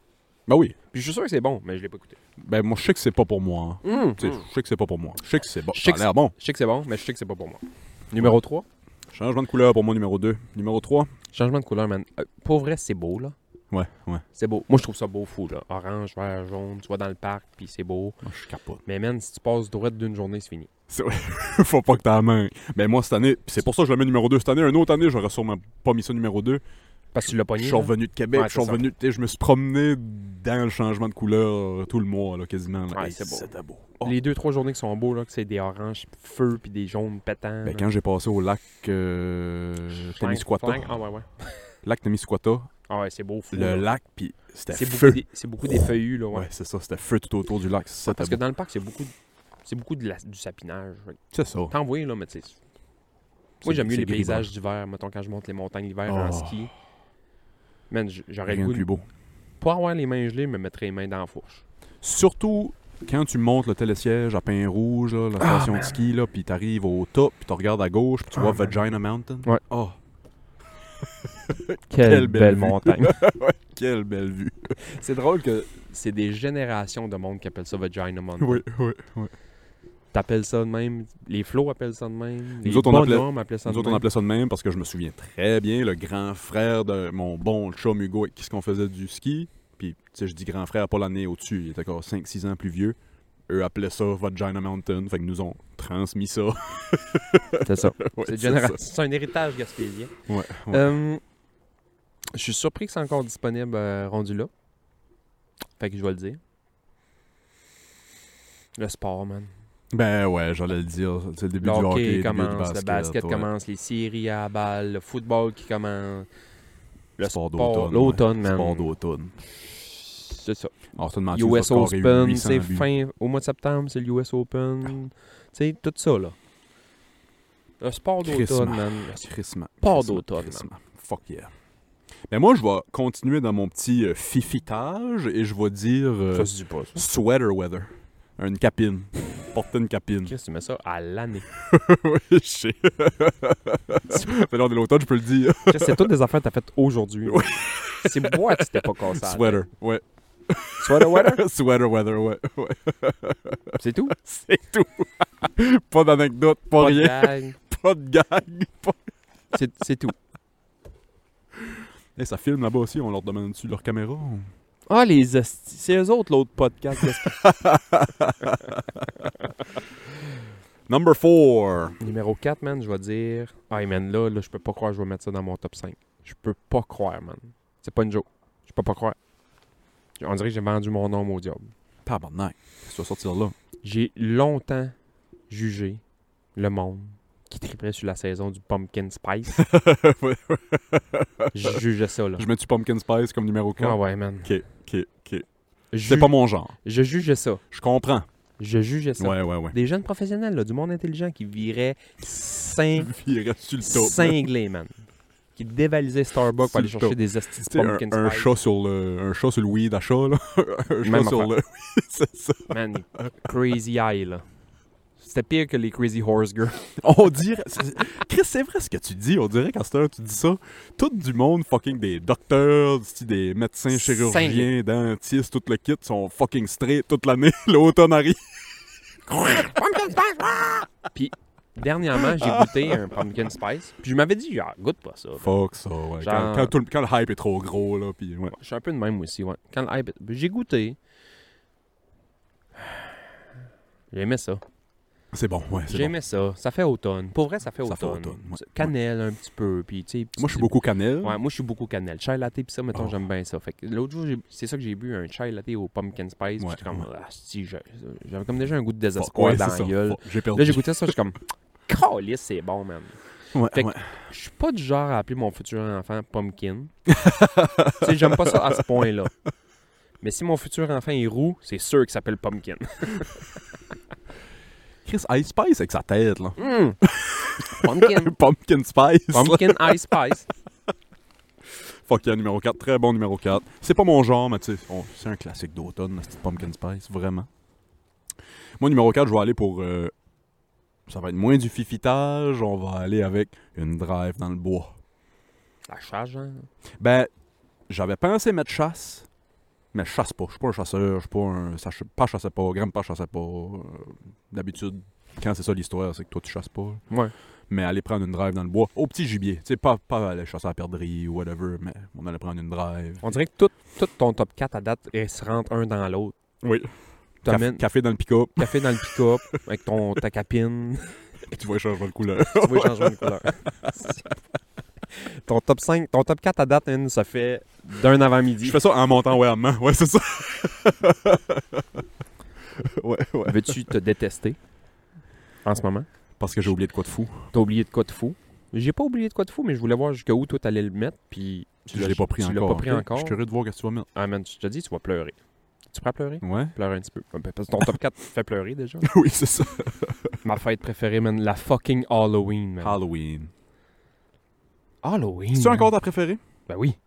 Ben oui.
Puis je suis sûr que c'est bon, mais je l'ai pas écouté.
Ben moi, je sais que c'est pas pour moi. hein.
Hum,
Tu sais, Je sais que c'est pas pour moi. Je sais que c'est bon.
Je sais
Ça a
que
l'air bon.
Je sais que c'est bon, mais je sais que c'est pas pour moi. Numéro 3.
Changement de couleur pour mon numéro 2. Numéro 3.
Changement de couleur, man. Euh, pour vrai, c'est beau, là.
Ouais, ouais.
C'est beau. Moi, je trouve ça beau fou, là. Orange, vert, jaune, tu vas dans le parc, puis c'est beau.
Moi, je capote.
Mais man, si tu passes droite d'une journée, c'est fini.
C'est vrai. Faut pas que t'as la main. Mais moi, cette année, pis c'est pour ça que je le mets numéro 2 cette année. Une autre année, j'aurais sûrement pas mis ça numéro 2.
Parce que tu l'as
Je
pogné.
suis
là.
revenu de Québec,
Ouais,
je suis
c'est ça.
revenu. tu sais, Je me suis promené dans le changement de couleur euh, tout le mois, là, quasiment. là.
Ouais,
Hey,
c'est beau.
C'était beau. Oh.
Les deux, trois journées qui sont beaux, là, que c'est des oranges feu, puis des jaunes pétants.
Ben,
là.
quand j'ai passé au lac euh,
Flingue,
Témiscouata,
flingue. Ah ouais, ouais.
lac Témiscouata,
Ah ouais, c'est beau fou.
le
là.
lac, puis c'était
C'est
feu.
beaucoup, des, c'est beaucoup des feuillus, là, ouais.
Ouais, c'est ça, c'était feu tout autour du lac. Ça,
Parce que
c'était beau.
dans le parc, c'est beaucoup, c'est beaucoup de la- du sapinage. Fait que
C'est ça.
T'en vois, là, mais tu sais. Moi,
C'est-
j'aime mieux
c'est
les
gris,
paysages d'hiver. Mettons, quand je monte les montagnes l'hiver en
Oh.
ski. Man, j- j'aurais le
Rien
goût
de
de
plus beau.
Pour avoir les mains gelées, me mettrais les mains dans la fourche.
Surtout quand tu montes le télésiège à Pin-Rouge, là, la
Ah,
station de ski, là, puis t'arrives au top, puis tu regardes à gauche, puis tu vois Vagina Mountain.
Ah, Ouais.
Oh,
Quelle,
belle vue.
montagne.
quelle belle vue.
c'est drôle que c'est des générations de monde qui appellent ça Vagina Mountain.
oui, oui.
T'appelles ça de même. Les flots appellent ça de même. Les
autres, on appelait-
bonhommes appellent ça
Nous
de
autres, on
même.
appelait ça de même parce que je me souviens très bien, le grand frère de mon bon chum Hugo, avec qui ce qu'on faisait du ski. Puis, tu sais, je dis grand frère, pas l'année au-dessus, il était encore 5-6 ans plus vieux. Eux appelaient ça Vagina Mountain, fait qu'ils nous ont transmis ça. Ouais,
C'est ça.
c'est
C'est
ça.
généra- c'est un héritage gaspésien.
Ouais, ouais.
Euh, je suis surpris que c'est encore disponible euh, rendu là. Fait que je vais le dire. Le sport, man.
Ben ouais, j'allais le dire, c'est le début
Le
du hockey,
hockey
le début
commence,
du
le basket
ouais.
commence, les séries à la balle, le football qui commence. Le
Sport
sport,
d'automne,
L'automne, man.
Sport d'automne. Ah,
C'est ça.
Alors, ça demande
US Open, c'est fin au mois de septembre, c'est le US Open. Tu sais, tout ça, là. Le sport d'automne,
Crissement.
man. Le
Crissement.
Sport
crissement,
d'automne,
crissement. Fuck yeah. Mais moi, je vais continuer dans mon petit euh, fifitage et je vais dire euh,
Ça se dit pas, ça.
sweater weather. Une capine. Porter une capine.
Chris, tu mets ça à l'année.
oui, je sais. Mais lors de l'automne, je peux le dire.
Chris, c'est toutes des affaires que t'as faites aujourd'hui.
Oui.
C'est bois, tu t'es pas cassé. la tête.
Sweater. Ouais.
Sweater weather,
Sweater weather, ouais. ouais.
c'est tout.
C'est tout. pas d'anecdote, pas,
Pas de
rien.
blague.
Pas de gag. Pas...
C'est c'est tout.
Et Eh, ça filme là-bas aussi, on leur demande-tu leur caméra?
Ah, les hosties. C'est eux autres, l'autre podcast.
Number 4.
Numéro 4, man, je vais dire. Hey, man, là, là je peux pas croire que je vais mettre ça dans mon top 5. Je peux pas croire, man. C'est pas une joke. Je peux pas croire. On dirait que j'ai vendu mon nom au diable.
Tabarnak. Tu vas sortir là.
J'ai longtemps jugé le monde qui triperait sur la saison du Pumpkin Spice.
Ouais.
je jugeais ça, là.
Je mets du pumpkin spice comme numéro 4.
Ah ouais, man.
Ok, ok, ok.
Je,
C'est pas mon genre.
je jugeais ça.
Je comprends.
Je jugeais ça.
Ouais, ouais, ouais.
Des jeunes professionnels, là, du monde intelligent qui viraient cinq
Virait sur le top.
cinglés, man. Qui dévalisaient Starbucks
Sur
pour aller
le
chercher des hosties de
Tu sais, un,
Pumpkin
un
Spice.
chat sur le un chat sur le weed à chat là un chat
Même
sur le oui c'est ça
Man, Crazy Eye, là. C'était pire que les Crazy Horse Girls.
on dirait c'est- Chris c'est vrai ce que tu dis on dirait qu'à cette heure tu dis ça tout du monde fucking des docteurs des- des médecins chirurgiens
Cinglés.
dentistes tout le kit sont fucking straight toute l'année l'automne arrive
Dernièrement, j'ai
Ah.
goûté un Pumpkin Spice. Puis je m'avais dit, genre, goûte pas ça.
fuck ça ouais quand,
Genre-
quand tout le- quand le hype est trop gros là puis ouais
Je suis un peu de même aussi, ouais. Quand le hype- J'ai goûté. J'aimais ça.
c'est bon ouais c'est bon
J'aimais ça. Ça fait automne. Pour vrai, ça fait
Ça fait
automne.
automne, ouais.
Cannelle un petit peu. Puis, tu sais,
moi je suis
petit-
beaucoup cannelle
Ouais, moi, je suis beaucoup cannelle. Chai latte, puis ça, mettons,
Oh.
j'aime bien ça. Fait que l'autre jour, j'ai- c'est ça que j'ai bu, un chai latte au pumpkin spice. puis
Ouais,
j'étais comme,
ouais.
ah, si, j'ai- j'avais comme déjà un goût de
Fuck,
désespoir
ouais,
dans
c'est ça.
la gueule.
Fuck, j'ai perdu
Là, j'ai goûté ça, je suis comme, calisse, c'est bon, man.
Ouais,
Fait que-
ouais.
Je suis pas du genre à appeler mon futur enfant pumpkin. tu sais, j'aime pas ça à ce point-là. Mais si mon futur enfant est roux, c'est sûr qu'il s'appelle pumpkin.
Chris Ice Spice avec sa tête là
Mm. Pumpkin.
pumpkin Spice là.
Pumpkin Ice Spice.
Fuck yeah, numéro 4, très bon numéro 4. C'est pas mon genre, mais tu sais, on- c'est un classique d'automne, la petite Pumpkin Spice, vraiment. Moi, numéro 4, je vais aller pour. euh, ça va être moins du fifitage, on va aller avec une drive dans le bois.
La charge, hein?
Ben, j'avais pensé mettre chasse, mais je chasse pas. Je suis pas un chasseur, je suis pas un. ça- je- pas chassais pas, Graham pas chassais pas. euh, D'habitude, quand c'est ça l'histoire, c'est que toi tu chasses pas.
Ouais.
mais aller prendre une drive dans le bois, au petit gibier. Tu sais, pas, pas aller chasser à la perdrix ou whatever, mais on allait prendre une drive.
On dirait que tout, tout ton top 4 à date elle se rentre un dans l'autre.
Oui. Caf-
T'amènes
café dans le pick-up,
café dans le pick-up avec ton, ta capine.
tu vois, il changera de couleur.
tu vas changer de couleur. ton top 5, ton top 4 à date, man, ça fait d'un
Je
avant-midi.
fais ça en montant ouais, à main. Ouais, c'est ça. ouais, ouais.
Veux-tu te détester en ce moment?
Parce que j'ai oublié de quoi de fou.
T'as oublié de quoi de fou? J'ai pas oublié de quoi de fou, mais je voulais voir jusqu'où toi t'allais le mettre, puis
Je l'ai pas pris
tu l'as
encore.
pas pris
ok?
encore?
Je suis curieux de voir ce que tu vas mettre.
Ah man, je te dis, tu vas pleurer. Tu prêt à pleurer?
Ouais.
Pleurer un petit peu. Ben, Parce que ton top 4 fait pleurer déjà.
oui, c'est ça.
Ma fête préférée, man, la fucking Halloween, man.
Halloween.
Halloween?
C'est
man.
encore ta préférée?
Ben oui.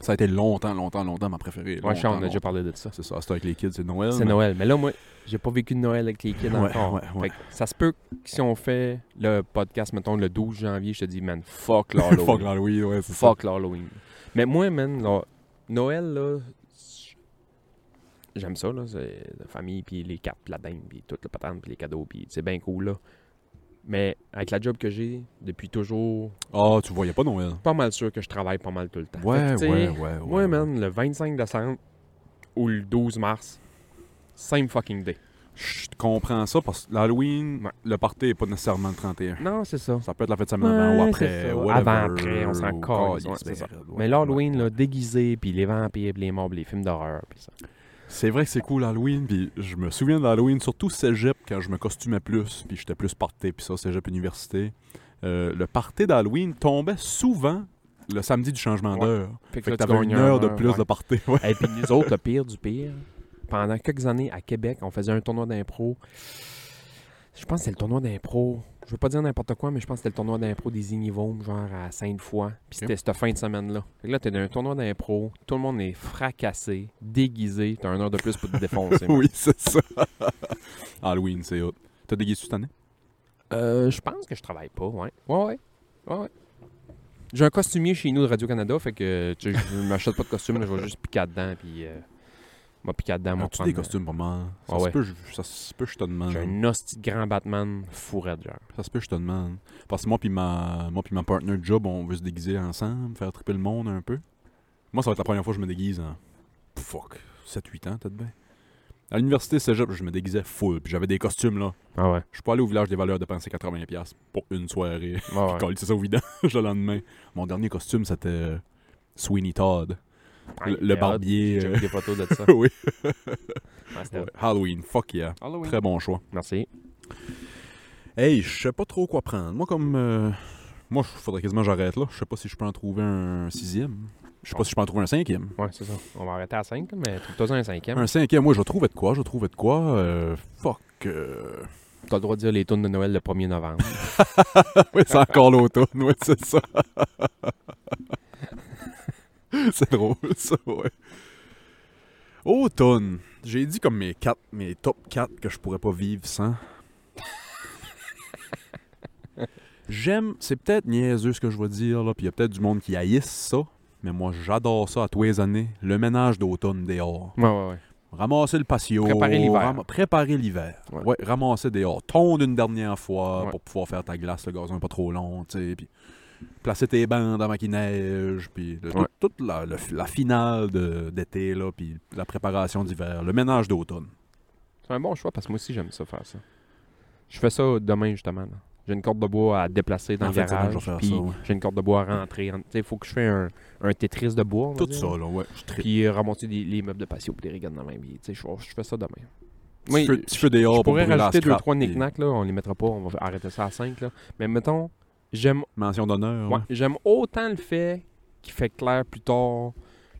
Ça a été longtemps, longtemps, longtemps ma préférée.
Moi, je sais,
Longtemps,
on a déjà
longtemps.
parlé de ça.
C'est ça, c'était avec les kids, c'est Noël.
C'est
mais-
Noël. Mais là, moi, j'ai pas vécu de Noël avec les kids
Ouais,
encore.
ouais, ouais.
Fait que ça se peut que si on fait le podcast, mettons, le 12 janvier, je te dis, man, fuck l'Halloween.
Fuck l'Halloween, ouais, c'est ça.
Fuck l'Halloween. Mais moi, man, là, Noël, là, j- j'aime ça, là. C'est la famille, puis les cartes, puis la dinde, puis toute la patente, puis les cadeaux, puis c'est bien cool, là. Mais avec la job que j'ai, depuis toujours,
Ah, tu voyais pas Noël.
pas mal sûr que je travaille pas mal tout le temps. Fait
Ouais,
que, tu
ouais,
sais,
ouais, ouais.
Moi, man, le 25 décembre ou le 12 mars, same fucking day.
Je comprends ça parce que l'Halloween,
Ouais.
le party est pas nécessairement le 31.
Non, c'est ça.
Ça peut être la fête de semaine avant
Ouais,
ou
c'est
après.
ça.
whatever,
Avant, après, on s'en
ou calisse,
calisse,
ben,
ouais, c'est ça.
ouais.
Mais l'Halloween, là, déguisé, puis les vampires, puis les morts, puis les films d'horreur, puis ça.
C'est vrai que c'est cool l'Halloween, puis je me souviens de l'Halloween, surtout cégep, quand je me costumais plus, puis j'étais plus parté, puis ça, cégep université. Euh, le party d'Halloween tombait souvent le samedi du changement
Ouais.
d'heure.
Fait
Fait que
là, tu
t'avais
gagnes
une
un
heure de plus
ouais.
de party. Ouais.
Et puis nous autres, le pire du pire, pendant quelques années à Québec, on faisait un tournoi d'impro. Je pense que c'est le tournoi d'impro. Je veux pas dire n'importe quoi, mais je pense que c'était le tournoi d'impro des Ignivomes, genre à Sainte-Foy. Puis c'était cette fin de semaine-là. Fait que là, t'es dans un tournoi d'impro, tout le monde est fracassé, déguisé, t'as une heure de plus pour te défoncer. man.
oui, c'est ça. Halloween, c'est hot. T'as déguisé cette année?
Euh, je pense que je travaille pas, ouais. Ouais, ouais. Ouais, ouais. J'ai un costumier chez nous de Radio-Canada, fait que tu sais, je m'achète pas de costume, là, je vais juste piquer dedans, puis. Euh, m'a piquer dedans, Ah, moi.
As-tu des costumes pour moi? Ça
Ah
se
ouais.
peut, je- ça se peut, je te demande.
J'ai un hostie de grand Batman fourré genre.
Ça se peut, je te demande. Parce que moi puis ma, moi puis ma partner de job, on veut se déguiser ensemble, faire triper le monde un peu. Moi, ça va être la première fois que je me déguise en. Fuck, 7-8 ans, peut-être bien. À l'université cégep, je me déguisais full, puis j'avais des costumes là.
Ah ouais.
Je suis pas allé au village des valeurs dépenser 80$ pour une soirée.
Ah ouais.
Coller ça au vidange le lendemain. Mon dernier costume, c'était euh, Sweeney Todd, le, le barbier.
J'ai
euh,
vu des photos de ça.
oui.
Ah, c'était
Ouais. Halloween, fuck yeah.
Halloween.
Très bon choix.
Merci.
Hey, je sais pas trop quoi prendre. Moi, comme. euh, moi, je- faudrait quasiment que j'arrête là. Je sais pas si je peux en trouver un sixième. Je sais pas si je peux en trouver un cinquième.
Ouais, c'est ça. On va arrêter à 5, mais trouve-toi un cinquième.
Un cinquième, moi, je trouvais de quoi Je trouvais de quoi euh, Fuck. euh,
T'as le droit de dire les tunes de Noël le 1er novembre.
ouais, c'est encore l'automne, ouais, c'est ça. c'est drôle, ça, ouais. Automne. J'ai dit comme mes quatre, mes top 4 que je pourrais pas vivre sans. J'aime, c'est peut-être niaiseux ce que je vais dire, là, puis il y a peut-être du monde qui haïsse ça, mais moi j'adore ça à tous les années, le ménage d'automne dehors.
ouais, ouais, ouais.
Ramasser le patio.
Préparer l'hiver.
préparer l'hiver. Ouais.
Ouais.
ramasser dehors. Tondre une dernière fois
Ouais.
pour pouvoir faire ta glace, le gazon est pas trop long, tu sais. Puis placer tes bandes avant qu'il neige. Puis le- tout-
Ouais.
toute la, le- la finale de- d'été, là, puis la préparation d'hiver. Le ménage d'automne.
C'est un bon choix parce que moi aussi j'aime ça faire ça. Je fais ça demain justement. là. J'ai une corde de bois à déplacer dans
En
le
fait, ça,
garage.
je vais faire
puis
ça, ouais.
J'ai une corde de bois à rentrer. Tu sais, faut que je fasse un, un Tetris de bois. on va
Tout
dire,
ça,
là.
là, ouais. Je tripe.
Puis euh, remonter des- les meubles de patio puis des riganes dans ma vie. Tu sais, je je fais ça demain.
Petit feu- petit feu dehors
Je
pour
pourrais
brûler la
rajouter deux
scrap,
trois
puis
knick-knacks, là, on les mettra pas, on va arrêter ça à 5 là. Mais mettons, j'aime
Mention d'honneur. hein.
ouais, j'aime autant le fait qu'il fait clair plus tard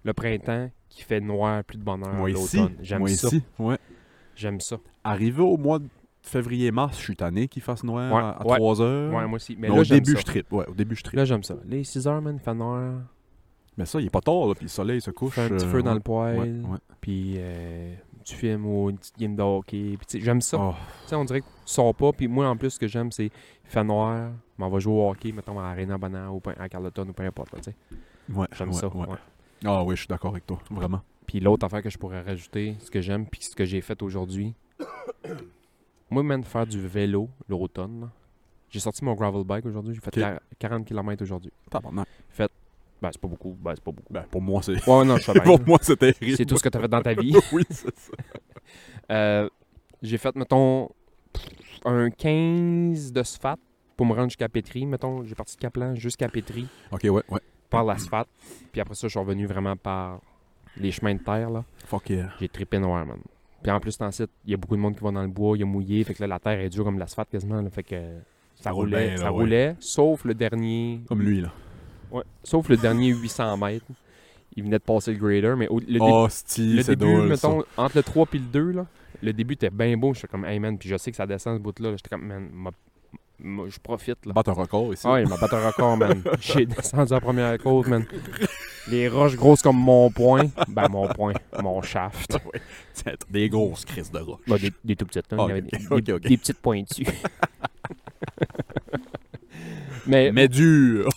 le printemps qu'il fait noir plus de bonheur
Moi ici.
l'automne. J'aime
moi
ça.
ici. Ouais.
J'aime ça.
Arrivé au mois de février-mars, je suis tanné qu'il fasse noir
Ouais,
à, à
ouais.
3 heures.
Ouais, moi aussi. Mais,
Mais
là
au
j'aime
début,
ça.
je tripe. Ouais, au début, je tripe.
Là j'aime ça. Les 6 heures man, il fait noir,
Mais ça, il est pas tard, là, puis le soleil se couche.
fait un petit
euh,
feu dans
ouais.
le poêle,
Ouais, ouais.
puis euh, tu filmes ou une petite game de hockey, puis tu sais, j'aime ça.
Oh,
Tu sais, on dirait que tu sors pas. Puis moi, en plus, ce que j'aime, c'est il fait noir, mais on va jouer au hockey, mettons à Arena Bonan ou peu- à Carleton ou peu importe. là, tu sais.
ouais,
J'aime
ouais,
ça.
ouais.
ouais.
Ah oui, je suis d'accord avec toi, vraiment.
Puis l'autre affaire que je pourrais rajouter, ce que j'aime, puis ce que j'ai fait aujourd'hui, moi, même faire du vélo l'automne, là, J'ai sorti mon gravel bike aujourd'hui. J'ai fait
Ok.
40 km aujourd'hui.
Tabarnak.
Ben, c'est pas beaucoup. Ben, c'est pas beaucoup.
Ben, pour moi, c'est.
Ouais, non, je suis
pour moi, c'est terrible.
Ah ben, C'est tout ce que t'as fait dans ta vie.
oui, c'est ça.
Euh, j'ai fait, mettons, un 15 de SFAT pour me rendre jusqu'à Pétry. Mettons, j'ai parti de Caplan jusqu'à Pétry
Ok, ouais, ouais.
par la SFAT. Puis après ça, je suis revenu vraiment par les chemins de terre. là.
Fuck yeah.
J'ai trippé noir, man. Puis en plus, dans le site, il y a beaucoup de monde qui va dans le bois, il y a mouillé. Fait que là, la terre est dure comme l'asphalte quasiment. là. fait que ça
roule
roulait,
bien, là,
ça
ouais.
roulait. Sauf le dernier
Comme lui, là.
Ouais. Sauf le dernier 800 mètres. Il venait de passer le grader, mais au, le, dé-
oh,
le
Steve, c'est
début,
drôle.
mettons, entre le 3 et le 2, là, le début était bien beau. J'étais comme, hey man, puis je sais que ça descend ce bout-là. là. J'étais comme, man, m'a- m'a- je profite.
ça.
Là.
Battre un record ici.
Ah, il m'a battu un record, man. J'ai descendu en première côte, man. Les roches grosses comme mon poing. Ben, mon poing, mon shaft.
C'est Des grosses crises de roche.
Ben, des, des tout petites, hein. Il y
Ok,
avait des,
ok,
des-
ok.
des petites pointues. mais
Mais dur.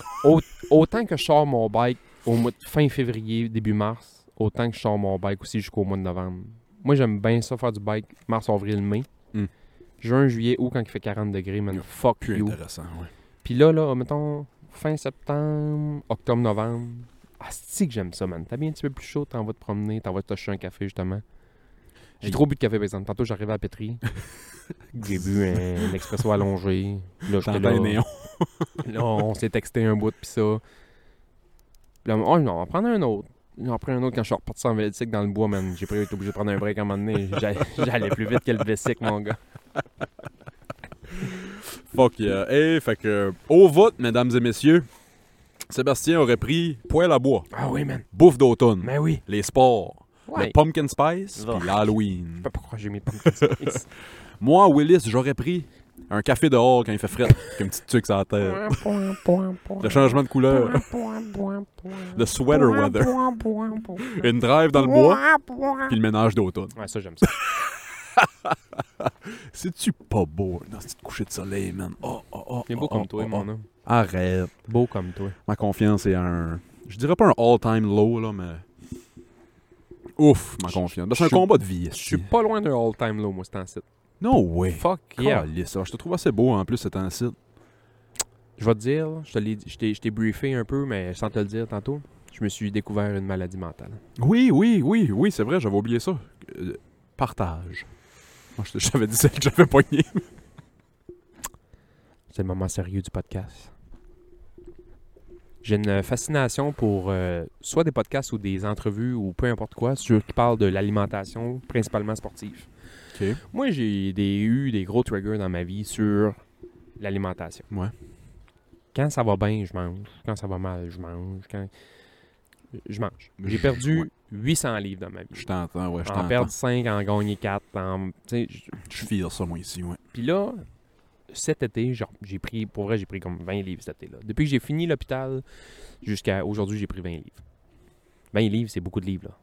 autant que je sors mon bike au mois de fin février, début mars, autant que je sors mon bike aussi jusqu'au mois de novembre. Moi, j'aime bien ça faire du bike mars, avril, mai.
Hmm.
Juin, juillet, août, quand il fait 40 degrés, man,
Yeah.
fuck
Plus
you.
intéressant, ouais.
Puis là, là, mettons, fin septembre, octobre, novembre. Ah, c'est que j'aime ça, man. T'as bien un petit peu plus chaud, t'en vas te promener, t'en vas te toucher un café, justement. J'ai
Hey.
trop bu de café, par exemple. Tantôt, j'arrivais à Pétry. J'ai bu un expresso allongé. Là, j'étais
T'entends
là.
un néon.
Là, on s'est texté un bout, puis ça. Puis là, oh, non, on va en prendre un autre. J'en pris un autre quand je suis reparti en vélétique dans le bois, man. J'ai pris- été obligé de prendre un break à un moment donné. J'allais j'allais plus vite que le Vessic, mon gars.
Fuck yeah. Hey, fait que, au vote, mesdames et messieurs, Sébastien aurait pris poêle à bois,
Ah oui, man.
bouffe d'automne,
Mais Ben oui.
les sports,
Ouais.
le pumpkin spice,
Va.
puis l'Halloween.
Je sais pas pourquoi j'ai mis pumpkin spice.
Moi, Willis, j'aurais pris un café dehors quand il fait fret, avec une petite tuque sur la tête.
Point, point, point, point.
Le changement de couleur,
Point, point, point, point.
le sweater
Point,
weather,
point, point, point.
une drive dans le bois,
Point, point.
puis le ménage d'automne.
Ouais, ça, j'aime ça.
C'est-tu pas beau dans cette coucher de soleil, man? Oh, oh, oh.
Il est beau
oh,
comme
oh,
toi,
oh,
mon homme.
oh. Arrête.
Beau comme toi.
Ma confiance est à un. Je dirais pas un all-time low, là, mais. Ouf, ma confiance. Ben, C'est un
je-
combat de vie.
Je suis pas loin d'un all-time low, moi, c'est en site.
No way.
Fuck yeah.
Calisse. Alors, je te trouve assez beau en plus, cet site.
Je vais te dire, là, je te l'ai dit- je t'ai je t'ai briefé un peu, mais sans te le dire tantôt, je me suis découvert une maladie mentale.
Oui, oui, oui, oui, c'est vrai, j'avais oublié ça. Euh, partage. Moi, je te- je t'avais dit celle que j'avais poignée.
C'est le moment sérieux du podcast. J'ai une fascination pour euh, soit des podcasts ou des entrevues ou peu importe quoi sur, qui parlent de l'alimentation, principalement sportive.
Ok.
Moi, j'ai des- eu des gros triggers dans ma vie sur l'alimentation.
Ouais.
Quand ça va bien, je mange. Quand ça va mal, je mange. Quand... Je mange. J'ai
Je-
perdu
ouais.
800 livres dans ma vie.
Je t'entends, ouais, je
en
t'entends.
perdre 5, en gagner 4. En... tu sais, je-
Je file ça, moi, ici, ouais.
puis là, cet été, genre, j'ai pris, pour vrai, j'ai pris comme 20 livres cet été-là. Depuis que j'ai fini l'hôpital jusqu'à aujourd'hui, j'ai pris 20 livres. 20 livres, c'est beaucoup de livres, là.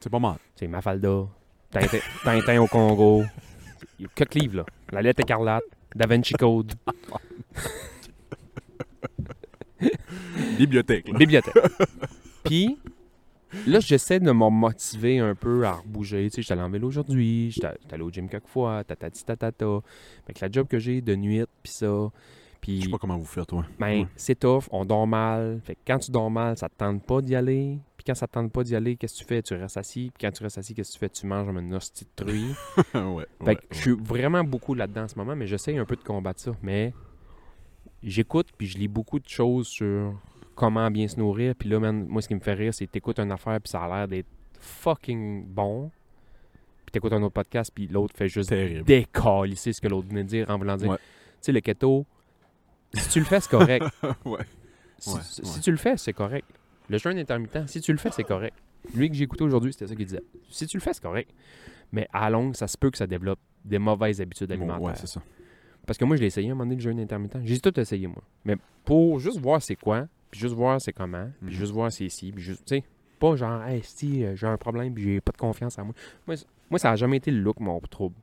C'est pas mal.
C'est Mafalda, Tintin, Tintin au Congo. Il y a que de livres, là. La lettre écarlate, Da Vinci Code,
Bibliothèque, là.
bibliothèque. Puis, là, j'essaie de me motiver un peu à rebouger. Tu sais, j'étais allé en vélo aujourd'hui, j'étais j'étais allé au gym quelques fois, tatati tatata. Avec la job que j'ai de nuit, puis ça. Puis...
Je sais pas comment vous faites, ouais.
Ben,
Ouais.
c'est tough, on dort mal. Fait que quand tu dors mal, ça te tente pas d'y aller. Puis quand ça te tente pas d'y aller, qu'est-ce que tu fais? Tu restes assis. Puis quand tu restes assis, qu'est-ce que tu fais? Tu manges comme une hostie de truie.
ouais, ouais.
Fait que je suis vraiment beaucoup là-dedans en ce moment, mais j'essaye un peu de combattre ça. Mais j'écoute, puis je lis beaucoup de choses sur comment bien se nourrir. Puis là, man, moi, ce qui me fait rire, c'est que t'écoutes une affaire, puis ça a l'air d'être fucking bon. Puis t'écoutes un autre podcast, puis l'autre fait juste
Terrible.
décalisser ce que l'autre venait de dire en voulant dire.
Ouais.
Tu sais, le keto, si tu le fais, c'est correct.
ouais.
Si,
Ouais,
si-
ouais.
si tu le fais, c'est correct. Le jeûne intermittent, si tu le fais, c'est correct. Lui que j'ai écouté aujourd'hui, c'était ça qu'il disait. Si tu le fais, c'est correct. Mais à la longue, ça se peut que ça développe des mauvaises habitudes alimentaires.
Ouais, c'est ça.
Parce que moi, je l'ai essayé à un moment donné, le jeûne intermittent. J'ai tout essayé, moi. Mais pour juste voir c'est quoi, puis juste voir c'est comment, puis
Mhm.
juste voir c'est ici, puis juste, tu sais, pas genre, hey, si euh, j'ai un problème, puis j'ai pas de confiance en moi. Moi, c- moi, ça a jamais été le look, mon trouble.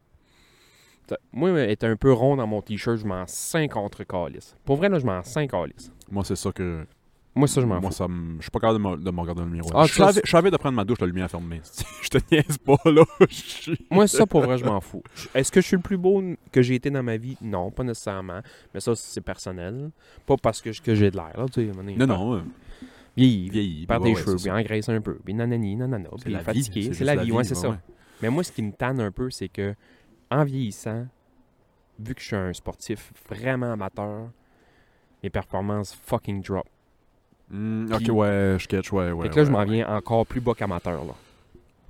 Ça- Moi, être un peu rond dans mon t-shirt, je m'en sens contre calice. Pour vrai, là, je m'en sens calice.
Moi, c'est ça que
Moi, ça, je m'en
Moi,
fous.
ça me- je suis pas capable de me, de me regarder dans le miroir.
Ah,
je,
ça,
savais,
c'est-
je savais de prendre ma douche, la lumière fermée. je te niaise pas, là. Je suis-
Moi, ça, pour vrai, je m'en fous. Je- Est-ce que je suis le plus beau que j'ai été dans ma vie? Non, pas nécessairement. Mais ça, c'est personnel. Pas parce que, je- que j'ai de l'air, là, tu sais. à un moment donné,
Non,
par-
non. euh,
Vieilli,
Vieilli.
perd
ouais,
des
ouais,
cheveux,
c'est
puis
ça.
engraisse un peu, puis nanani, nanana,
C'est
puis
la vie,
fatigué.
juste
C'est la vie, ouais, c'est
ouais,
ça.
ouais.
Mais moi, ce qui me tanne un peu, c'est que, en vieillissant, vu que je suis un sportif vraiment amateur, mes performances fucking drop.
Hmm,
Puis-
ok, ouais, je catch, ouais, ouais.
fait que là,
ouais,
je m'en
ouais.
viens encore plus bas qu'amateur, là.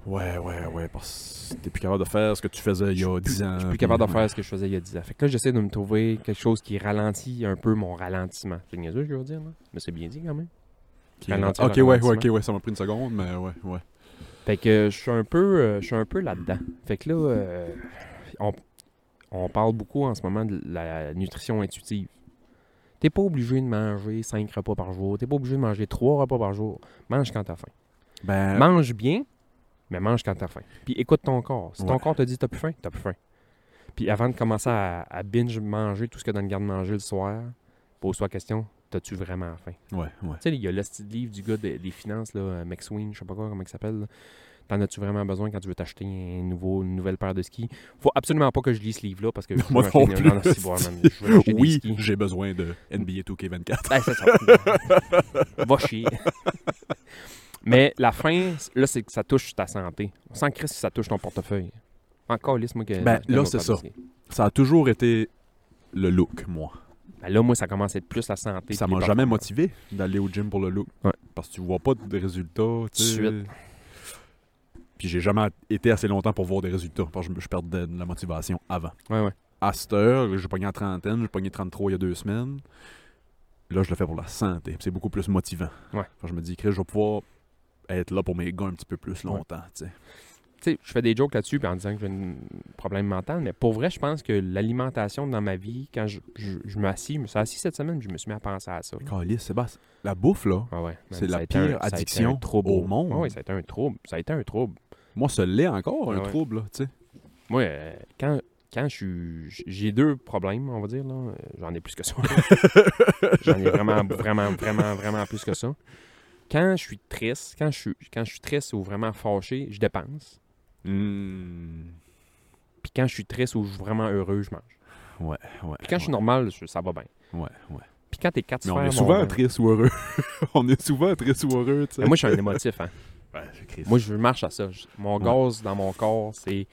Ouais, ouais, ouais, parce que t'es plus capable de faire ce que tu faisais il y a
Je suis
10
plus-
ans.
Je suis
puis-
plus capable de
ouais.
faire ce que je faisais il y a 10 ans. Fait que là, j'essaie de me trouver quelque chose qui ralentit un peu mon ralentissement. C'est niaiseux, je veux dire, là. Mais c'est bien dit quand même.
Ok,
Ralentir,
Ok, ouais, ouais, ok,
ralentissement.
ouais, ça m'a pris une seconde, mais ouais, ouais.
Fait que je suis un peu, euh, je suis un peu là-dedans. Fait que là, euh, on, on parle beaucoup en ce moment de la nutrition intuitive. T'es pas obligé de manger 5 repas par jour. T'es pas obligé de manger 3 repas par jour. Mange quand t'as faim.
Ben,
Mange bien, mais mange quand t'as faim. Puis écoute ton corps. Si ton
Ouais.
corps te dit t'as plus faim, t'as plus faim. Puis avant de commencer à, à binge manger tout ce que dans le garde-manger le soir, pose-toi la question, t'as-tu vraiment faim?
ouais, ouais.
Tu sais, il y a le style livre du gars des, des finances, là, euh, Max Wynne, je sais pas quoi, comment il s'appelle. là. T'en as-tu vraiment besoin quand tu veux t'acheter un nouveau, une nouvelle paire de skis? Faut absolument pas que je lise ce livre-là parce que je veux
moi
m'acheter
non
une-
plus,
non, c'est bon, man, je veux m'acheter des
Oui,
skis.
j'ai besoin de NBA 2K24.
Ben, c'est ça. Va chier. Mais la fin, là, c'est que ça touche ta santé. On s'en crisse si ça touche ton portefeuille. Encore lisse, moi, que.
Ben,
je donne
là,
au
c'est
père de
ça.
ski.
Ça a toujours été le look, moi.
Ben, là, moi, ça commence à être plus la santé.
Ça
que les
m'a jamais motivé d'aller au gym pour le look.
Ouais.
Parce que tu vois pas de résultats. tu sais.
Suite.
Puis j'ai jamais été assez longtemps pour voir des résultats. Parce que je, me- je perdais de la motivation avant.
Ouais, ouais.
À cette heure, j'ai pogné en trentaine, j'ai pogné 33 il y a deux semaines. Là, je le fais pour la santé. puis C'est beaucoup plus motivant.
Ouais.
Enfin, je me dis, Chris, je vais pouvoir être là pour mes gars un petit peu plus longtemps. tu sais.
Tu sais, je fais des jokes là-dessus puis en disant que j'ai un problème mental, mais pour vrai, je pense que l'alimentation dans ma vie, quand je, je, je m'assis, je me suis assis cette semaine, puis je me suis mis à penser à ça.
Calisse, Sébastien, la bouffe, là,
Ah ouais, man,
Ah C'est
ça
la
a été un-
pire
ça a été un
addiction
trouble.
au monde.
Ah ouais, ça a été un trouble. Ça a été un trouble.
moi, ça l'est encore, un
Ouais.
trouble. Là, tu sais.
Moi, euh, quand, quand je suis. J'ai deux problèmes, on va dire. là. Euh, J'en ai plus que ça. J'en ai vraiment, vraiment, vraiment, vraiment plus que ça. Quand je suis triste, quand je suis, quand je suis triste ou vraiment fâché, je dépense.
Hmm.
Puis quand je suis triste ou je suis vraiment heureux, je mange.
Ouais, ouais.
Puis quand je suis normal, je- ça va bien.
ouais, ouais.
Puis quand t'es quatre
Mais
sphères,
on est
vont
souvent
bien.
triste ou heureux. on est souvent triste ou heureux, tu sais.
Mais moi, je suis un émotif. Hein.
Ouais, c'est Chris.
Moi, je marche à ça. Je- Mon
Ouais.
gaz dans mon corps, c'est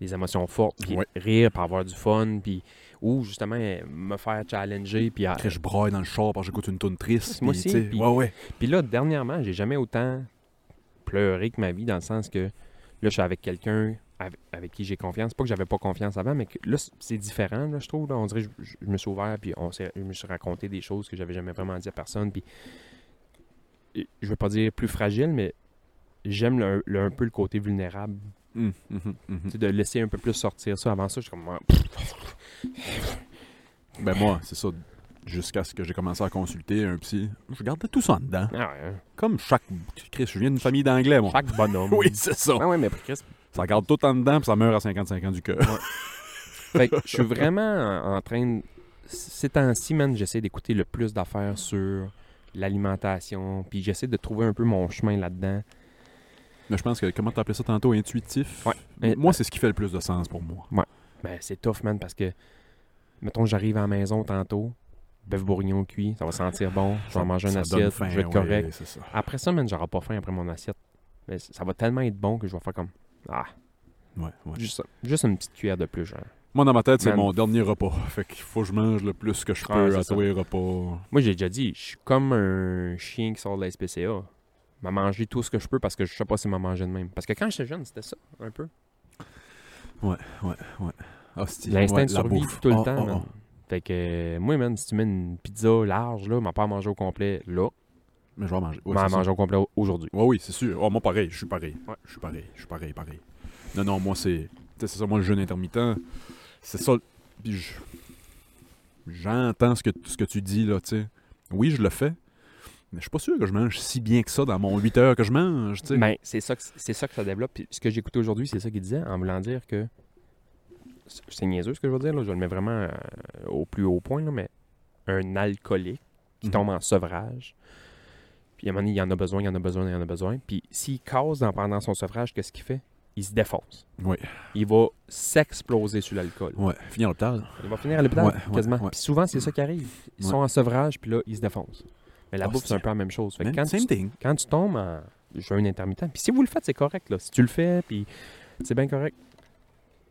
des émotions fortes, puis
Ouais.
rire, puis avoir du fun, puis ou justement euh, me faire challenger, puis à-
Chris, je braille dans le char parce que j'écoute une toune triste.
Moi
puis,
aussi,
tu sais,
puis-
Ouais, ouais.
Puis là, dernièrement, j'ai jamais autant pleuré que ma vie, dans le sens que là, je suis avec quelqu'un av- avec qui j'ai confiance. Pas que j'avais pas confiance avant, mais que là, c- c'est différent, là, je trouve. là. On dirait que je, je- je me suis ouvert, puis on s'est- je me suis raconté des choses que j'avais jamais vraiment dit à personne. Puis et je veux pas dire plus fragile, mais j'aime le- le- un peu le côté vulnérable.
Hum, hum, hum, hum.
Tu sais, de laisser un peu plus sortir ça. Avant ça, je suis comme. ah,
Ben moi, c'est ça. Jusqu'à ce que j'ai commencé à consulter un psy, je gardais tout ça en dedans.
ouais, hein.
Comme chaque... Chris, je viens d'une famille d'anglais, moi.
Chaque bonhomme.
Oui, c'est ça.
Ah ouais, mais Chris,
Ça garde tout en dedans, puis ça meurt à 55 ans du cœur.
Fait que je suis vraiment en en train de... Ces temps-ci, man, j'essaie d'écouter le plus d'affaires sur l'alimentation, puis j'essaie de trouver un peu mon chemin là-dedans.
Mais je pense que, comment t'appelais ça tantôt, intuitif?
Ouais.
Mais Moi, c'est ce qui fait le plus de sens pour moi.
Ben, c'est tough, man, parce que, mettons, j'arrive à la maison tantôt, bœuf bourguignon cuit, ça va sentir bon, je vais en manger
Ça
une
donne
assiette,
faim,
je vais être
ouais,
correct.
c'est ça.
Après ça, man, j'aurai pas faim après mon assiette. Mais c- ça va tellement être bon que je vais faire comme... Ah,
Ouais, ouais.
juste, ça. juste une petite cuillère de plus, genre.
Moi, dans ma tête, c'est
Man.
mon dernier repas. Fait qu'il faut que je mange le plus que je
Ah,
peux
c'est
à
ça.
tous les repas.
Moi, j'ai déjà dit, je suis comme un chien qui sort de la SPCA. M'a mangé tout ce que je peux parce que je sais pas si m'a mangé de même. Parce que quand j'étais jeune, c'était ça, un peu.
Hostie.
L'instinct
Ah, Ouais,
de
la
survie
bouffe.
tout le
Ah,
temps,
ah,
man. Fait que, euh, moi, man, si tu mets une pizza large, là, m'a pas à manger au complet, là,
ah. Mais je vais en manger. Ouais,
m'a à
c'est ça.
Ben, manger au complet au- aujourd'hui.
Ouais, oui, c'est sûr. Oh, moi, pareil, je suis pareil.
Ouais.
Je suis pareil, je suis pareil, pareil. Non, non, moi, c'est. tu sais, C'est ça, moi, le jeûne intermittent. C'est ça. Puis je- J'entends ce que, ce que tu dis, là, tu sais. Oui, je le fais. Mais je suis pas sûr que je mange si bien que ça dans mon 8 heures que je mange, tu sais.
Ben, c'est ça, que- c'est ça que ça développe. Puis ce que j'ai écouté aujourd'hui, c'est ça qu'il disait, en voulant dire que. c'est- C'est niaiseux ce que je veux dire, là. Je le mets vraiment euh, au plus haut point, là, mais un alcoolique qui
Mhm.
tombe en sevrage Puis à un moment donné, il y en a besoin, il y en a besoin, il y en a besoin. Puis s'il cause dans- pendant son sevrage, qu'est-ce qu'il fait? Il se défonce.
Oui.
Il va s'exploser sur l'alcool.
Ouais. Finir à l'hôpital.
Il va finir à l'hôpital,
Ouais, ouais,
quasiment.
ouais.
Puis souvent, c'est ça qui arrive. Ils
Ouais.
sont en sevrage, puis là, ils se défoncent. Mais la
Oh,
bouffe, c'est un
c'est-
peu la même chose. Fait que
Même-
quand, tu,
Same thing.
quand tu tombes en jeûne intermittent, puis si vous le faites, c'est correct. Là. Si tu le fais, puis c'est bien correct.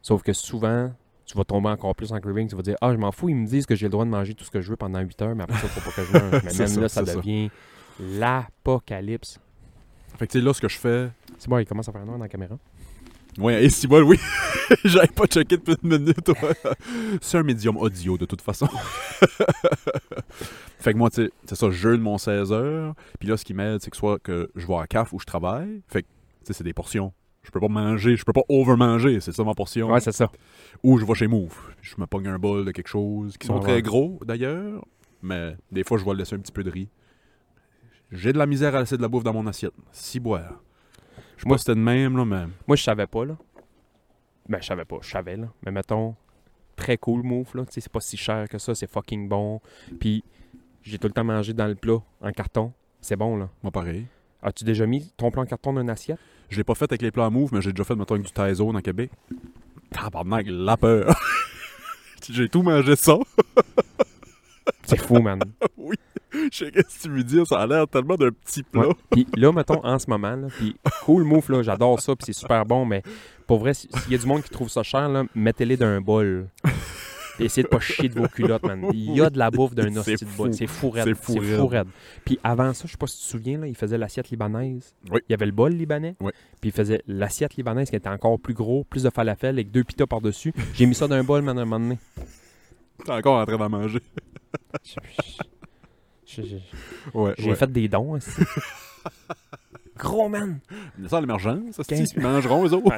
Sauf que souvent, tu vas tomber encore plus en craving. Tu vas dire, ah, je m'en fous, ils me disent que j'ai le droit de manger tout ce que je veux pendant 8 heures, mais après ça, faut pas que je mange. Mais
C'est
même
ça,
là, ça
c'est ça.
devient l'apocalypse.
Fait que tu sais, là, ce que je fais.
C'est bon, il commence à faire noir dans la caméra.
Ouais, et si bol, oui. J'avais pas checké depuis une minute. ouais. C'est un médium audio, de toute façon. fait que moi, tu sais, c'est ça, je jeûne mon 16 heures. Puis là, ce qui m'aide, c'est que soit que je vais à CAF ou je travaille. Fait que, tu sais, c'est des portions. Je peux pas manger, je peux pas over-manger, c'est ça ma portion.
Ouais, c'est ça.
Ou je vais chez Move. Je me pogne un bol de quelque chose, qui sont
Ouais,
très
ouais.
gros d'ailleurs, mais des fois je vais laisser un petit peu de riz. J'ai de la misère à laisser de la bouffe dans mon assiette. Si boire. Je sais
Moi-
pas si c'était de même, là, mais.
Moi, je savais pas, là. Ben, je savais pas, je savais, là. Mais mettons, très cool move, là. Tu sais, c'est pas si cher que ça, c'est fucking bon. Puis, j'ai tout le temps mangé dans le plat, en carton. C'est bon, là.
Moi, pareil.
As-tu déjà mis ton plat en carton dans une assiette?
Je l'ai pas fait avec les plans Move, mais j'ai déjà fait, mettons, avec du Taizone à Québec. Tabarnak, la peur. j'ai tout mangé ça.
C'est fou, man.
Je sais qu'est-ce que tu veux dire, ça a l'air tellement d'un petit plat.
Ouais. Puis là, mettons, en ce moment, là, puis cool move, là, j'adore ça, puis c'est super bon, mais pour vrai, si- s'il y a du monde qui trouve ça cher, là, mettez-les d'un bol. Puis essayez de pas chier de vos culottes, man. Il y a de la bouffe d'un
C'est
hostie de
fou.
bol. C'est fou raide.
C'est fou
C'est
raide.
fou raide. Puis avant ça, je sais pas si tu te souviens, là, il faisait l'assiette libanaise.
Oui.
Il y avait le bol libanais.
Oui.
Puis il faisait l'assiette libanaise qui était encore plus gros, plus de falafel, avec deux pitas par-dessus. J'ai mis ça d'un bol, man, à un moment donné.
T'es encore en train d'en manger.
Je- je-
Ouais,
J'ai
ouais.
fait des dons. hostie. Gros man! Ah,
Ça, l'émergence, ça,
Quinze-
ils mangeront, eux autres.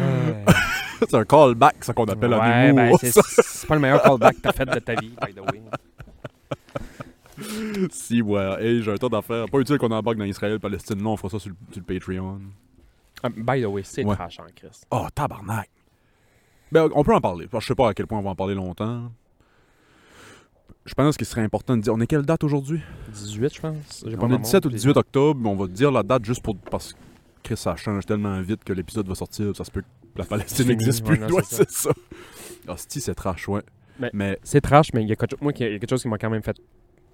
Euh,
C'est un callback, ça qu'on appelle un
ouais,
humour.
ben, c'est, c'est pas le meilleur callback que t'as fait de ta vie, by the way.
Si, ouais. Hey, j'ai un tas d'affaires. Pas utile qu'on embarque dans Israël-Palestine. Non, on fera ça sur le, sur le Patreon.
Ah, by the way, c'est
Ouais.
trash hein, en Christ.
Oh, tabarnak. Ben, on peut en parler. Je sais pas à quel point on va en parler longtemps. Je pense qu'il serait important de dire. On est quelle date aujourd'hui
18, je pense. J'ai pas
On
ma
est 17
montre,
ou 18 octobre. mais On va dire la date juste pour. Parce que Chris, ça change tellement vite que l'épisode va sortir. Ça se peut que la Palestine
Fini,
n'existe
ouais,
plus.
non,
Ouais,
c'est ça.
c'est ça. Hostie, c'est trash, ouais.
Mais-
Mais
j'ai- C'est trash, mais il y a quelque chose, moi, il y a quelque chose qui m'a quand même fait.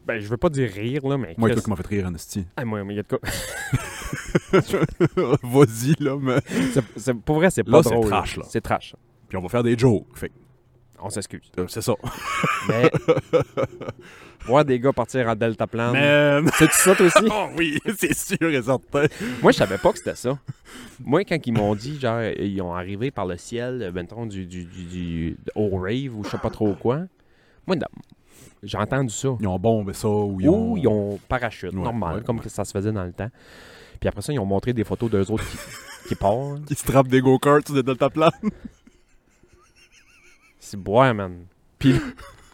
Ben, je veux pas dire rire, là, mais.
moi, il y a quoi
Chris-
qui m'a fait rire, en hostie.
Ah, moi, mais il y a de quoi-
Vas-y, là, mais.
c'est- c'est- Pour vrai, c'est pas
Là, c'est
drôle.
trash, là.
C'est trash.
Puis on va faire des jokes. Fait que,
On s'excuse.
euh, c'est ça.
Mais. voir des gars partir en delta plane.
Mais... euh,
C'est ça, toi aussi?
Oh oui, c'est sûr et certain.
Moi, je savais pas que c'était ça. Moi, quand ils m'ont dit, genre, ils ont arrivé par le ciel, euh, mettons, du, du, du, du- au rave ou je sais pas trop quoi, moi, dans- j'ai entendu ça.
Ils ont bombé ça ou ils ont...
Ou ils ont parachute,
Ouais,
normal,
ouais,
comme
ouais.
que ça se faisait dans le temps. Puis après ça, ils ont montré des photos d'eux autres qui, qui partent.
Ils se trappent des go-karts sur des delta plans.
C'est boire, man. Puis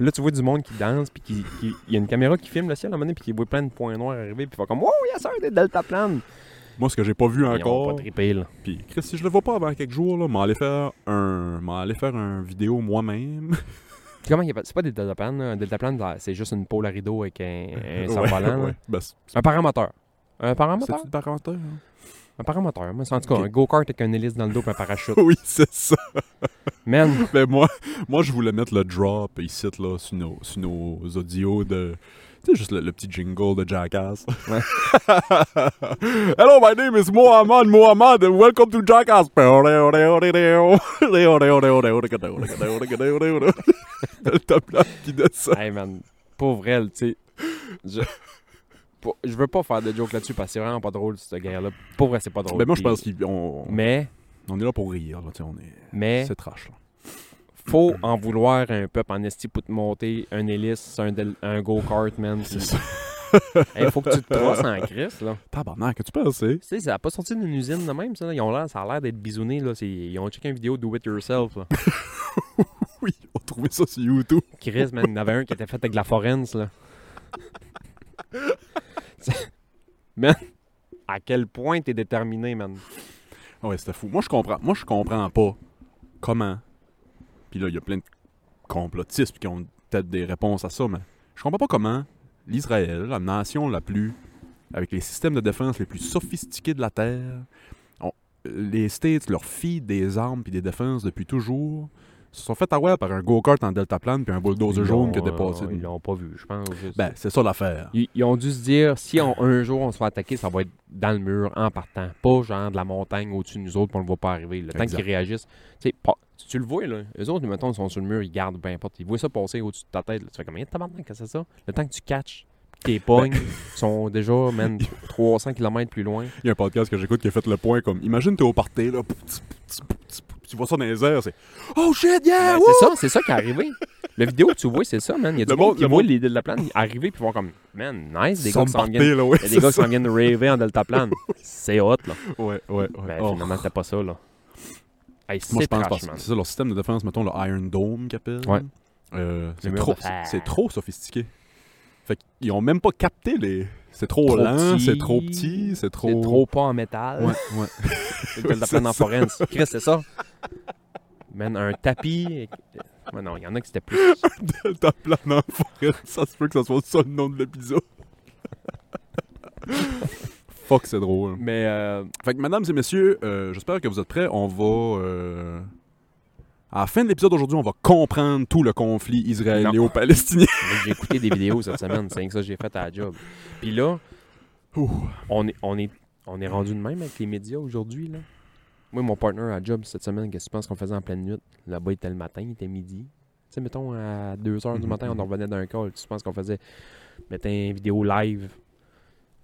là, tu vois du monde qui danse, puis qui- qui- il y a une caméra qui filme le ciel à un moment donné, puis qui voit plein de points noirs arriver, puis il fait comme Oh, « Wow, il y a ça, des deltaplanes!
Moi, ce que j'ai pas vu »
Ils ont pas
encore...
trippé, là.
Puis, Chris, si je le vois pas avant quelques jours, là, m'en aller faire un... m'en aller faire un vidéo moi-même.
Puis Comment il y a pas- C'est pas des deltaplanes, là. un deltaplane, là, c'est juste une pôle à rideau avec un, un cerf-volant, Eh, là.
ouais. Ben, c'est-
Un paramoteur. Un paramoteur?
c'est-tu de parenteur? hein?
Un paramoteur. Moi, c'est en tout cas
Ok.
un go-kart avec un hélice dans le dos et un parachute.
Oui, c'est ça.
Man,
Ben, moi, moi, je voulais mettre le drop ici, là, sur nos, sur nos audios de... Tu sais, juste le, le petit jingle de Jackass.
Ouais.
Hello, my name is Mohamed Mohamed and welcome to Jackass. le top là qui de ça.
hey man, pauvre elle, tu sais. Je... pour- je veux pas faire de joke là-dessus parce que c'est vraiment pas drôle, cette guerre-là. Pour vrai, c'est pas drôle.
Ben moi, je
Puis-
pense qu'on
Mais,
on est là pour rire, là, tu sais, on est...
mais,
C'est trash, là.
faut en vouloir à un peuple en esti pour te monter un hélice, un, del- un go-kart, man.
C'est ça.
Hey, faut que tu te trosses en crise, là.
Tabarnak, que tu penses, hein?
Tu sais, ça a pas sorti d'une usine de même, ça. là. Ils ont l'air, ça a l'air d'être bisounés, là. C'est- Ils ont checké une vidéo Do It Yourself, là.
Oui, on trouvait ça sur YouTube.
Chris, man, il y en avait un qui était fait avec de la forense, là. man, à quel point t'es déterminé, man.
Ah Ouais, c'était fou. Moi, je comprends. Moi, je comprends pas comment. Puis là, il y a plein de complotistes qui ont peut-être des réponses à ça, mais Je comprends pas comment l'Israël, la nation la plus. avec les systèmes de défense les plus sophistiqués de la Terre, ont- les States leur filent des armes puis des défenses depuis toujours, se sont fait avoir par un go-kart en deltaplane puis un bulldozer
Ils
jaune qui a
l'ont,
dépassé.
euh, Ils l'ont pas vu, je pense. juste.
Ben, c'est ça l'affaire.
Ils, ils ont dû se dire, si on- un jour on se fait attaquer, ça va être dans le mur en partant. Pas genre de la montagne au-dessus de nous autres, puis on ne le voit pas arriver. Le temps
Exact.
qu'ils réagissent, tu sais, pas- tu- tu le vois, là. Eux autres, mettons, ils sont sur le mur, ils gardent, peu importe. Ils voient ça passer au-dessus de ta tête. là. Tu fais comme, Hey, tabarnak, qu'est-ce que c'est ça? Le temps que tu catches, puis
Ben
tes pognes sont déjà, man, 300 km plus loin.
Il y a un podcast que j'écoute qui a fait le point comme imagine t'es au party là pouf, tss, pouf, tss, pouf, tss, pouf, tu vois ça dans les airs c'est oh shit yeah
Ben,
wouh!
c'est ça, c'est ça qui est arrivé. La vidéo que tu vois, c'est ça, man. Il y a du
Le
monde,
monde-
qui
le
voit
monde-
l'idée de la plane arriver puis voir comme, man, nice, des
Ils sont
gars qui s'en
partés,
viennent.
là ouais
Il y a des gars qui
c'est
s'en viennent raver en deltaplane. C'est hot, là.
ça. ouais ouais, ouais.
Ben,
Oh.
finalement, c'était pas ça, là. Hey, c'est
moi je pense
trash,
pas
man.
c'est ça leur système de défense mettons le Iron Dome qu'ils appellent
Ouais.
Euh, c'est
mur
trop
de fer.
c'est trop sophistiqué fait qu'ils ont même pas capté les c'est trop,
Trop
lent
petit.
c'est trop petit c'est trop
C'est trop pas en métal.
ouais ouais
C'est le deltaplane en foraine. Chris, c'est ça. Man, un tapis. Ouais, non, il y en a qui c'était plus.
deltaplane en forêt ça se peut que ça soit ça le nom de l'épisode fuck c'est drôle
Mais, euh,
Fait que, mesdames et messieurs, euh, j'espère que vous êtes prêts. On va. euh, À la fin de l'épisode aujourd'hui, on va comprendre tout le conflit israélo-palestinien.
j'ai écouté des vidéos cette semaine. C'est rien que ça que j'ai fait à la job. Puis là,
Ouh.
on est, on est, on est rendu de même avec les médias aujourd'hui, là. Moi, mon partner à job cette semaine, qu'est-ce que tu penses qu'on faisait en pleine nuit? Là-bas, il était le matin, il était midi. Tu sais, mettons, à 2 h du
Mhm.
matin, on en revenait d'un call. Tu penses qu'on faisait, mettons, une vidéo live.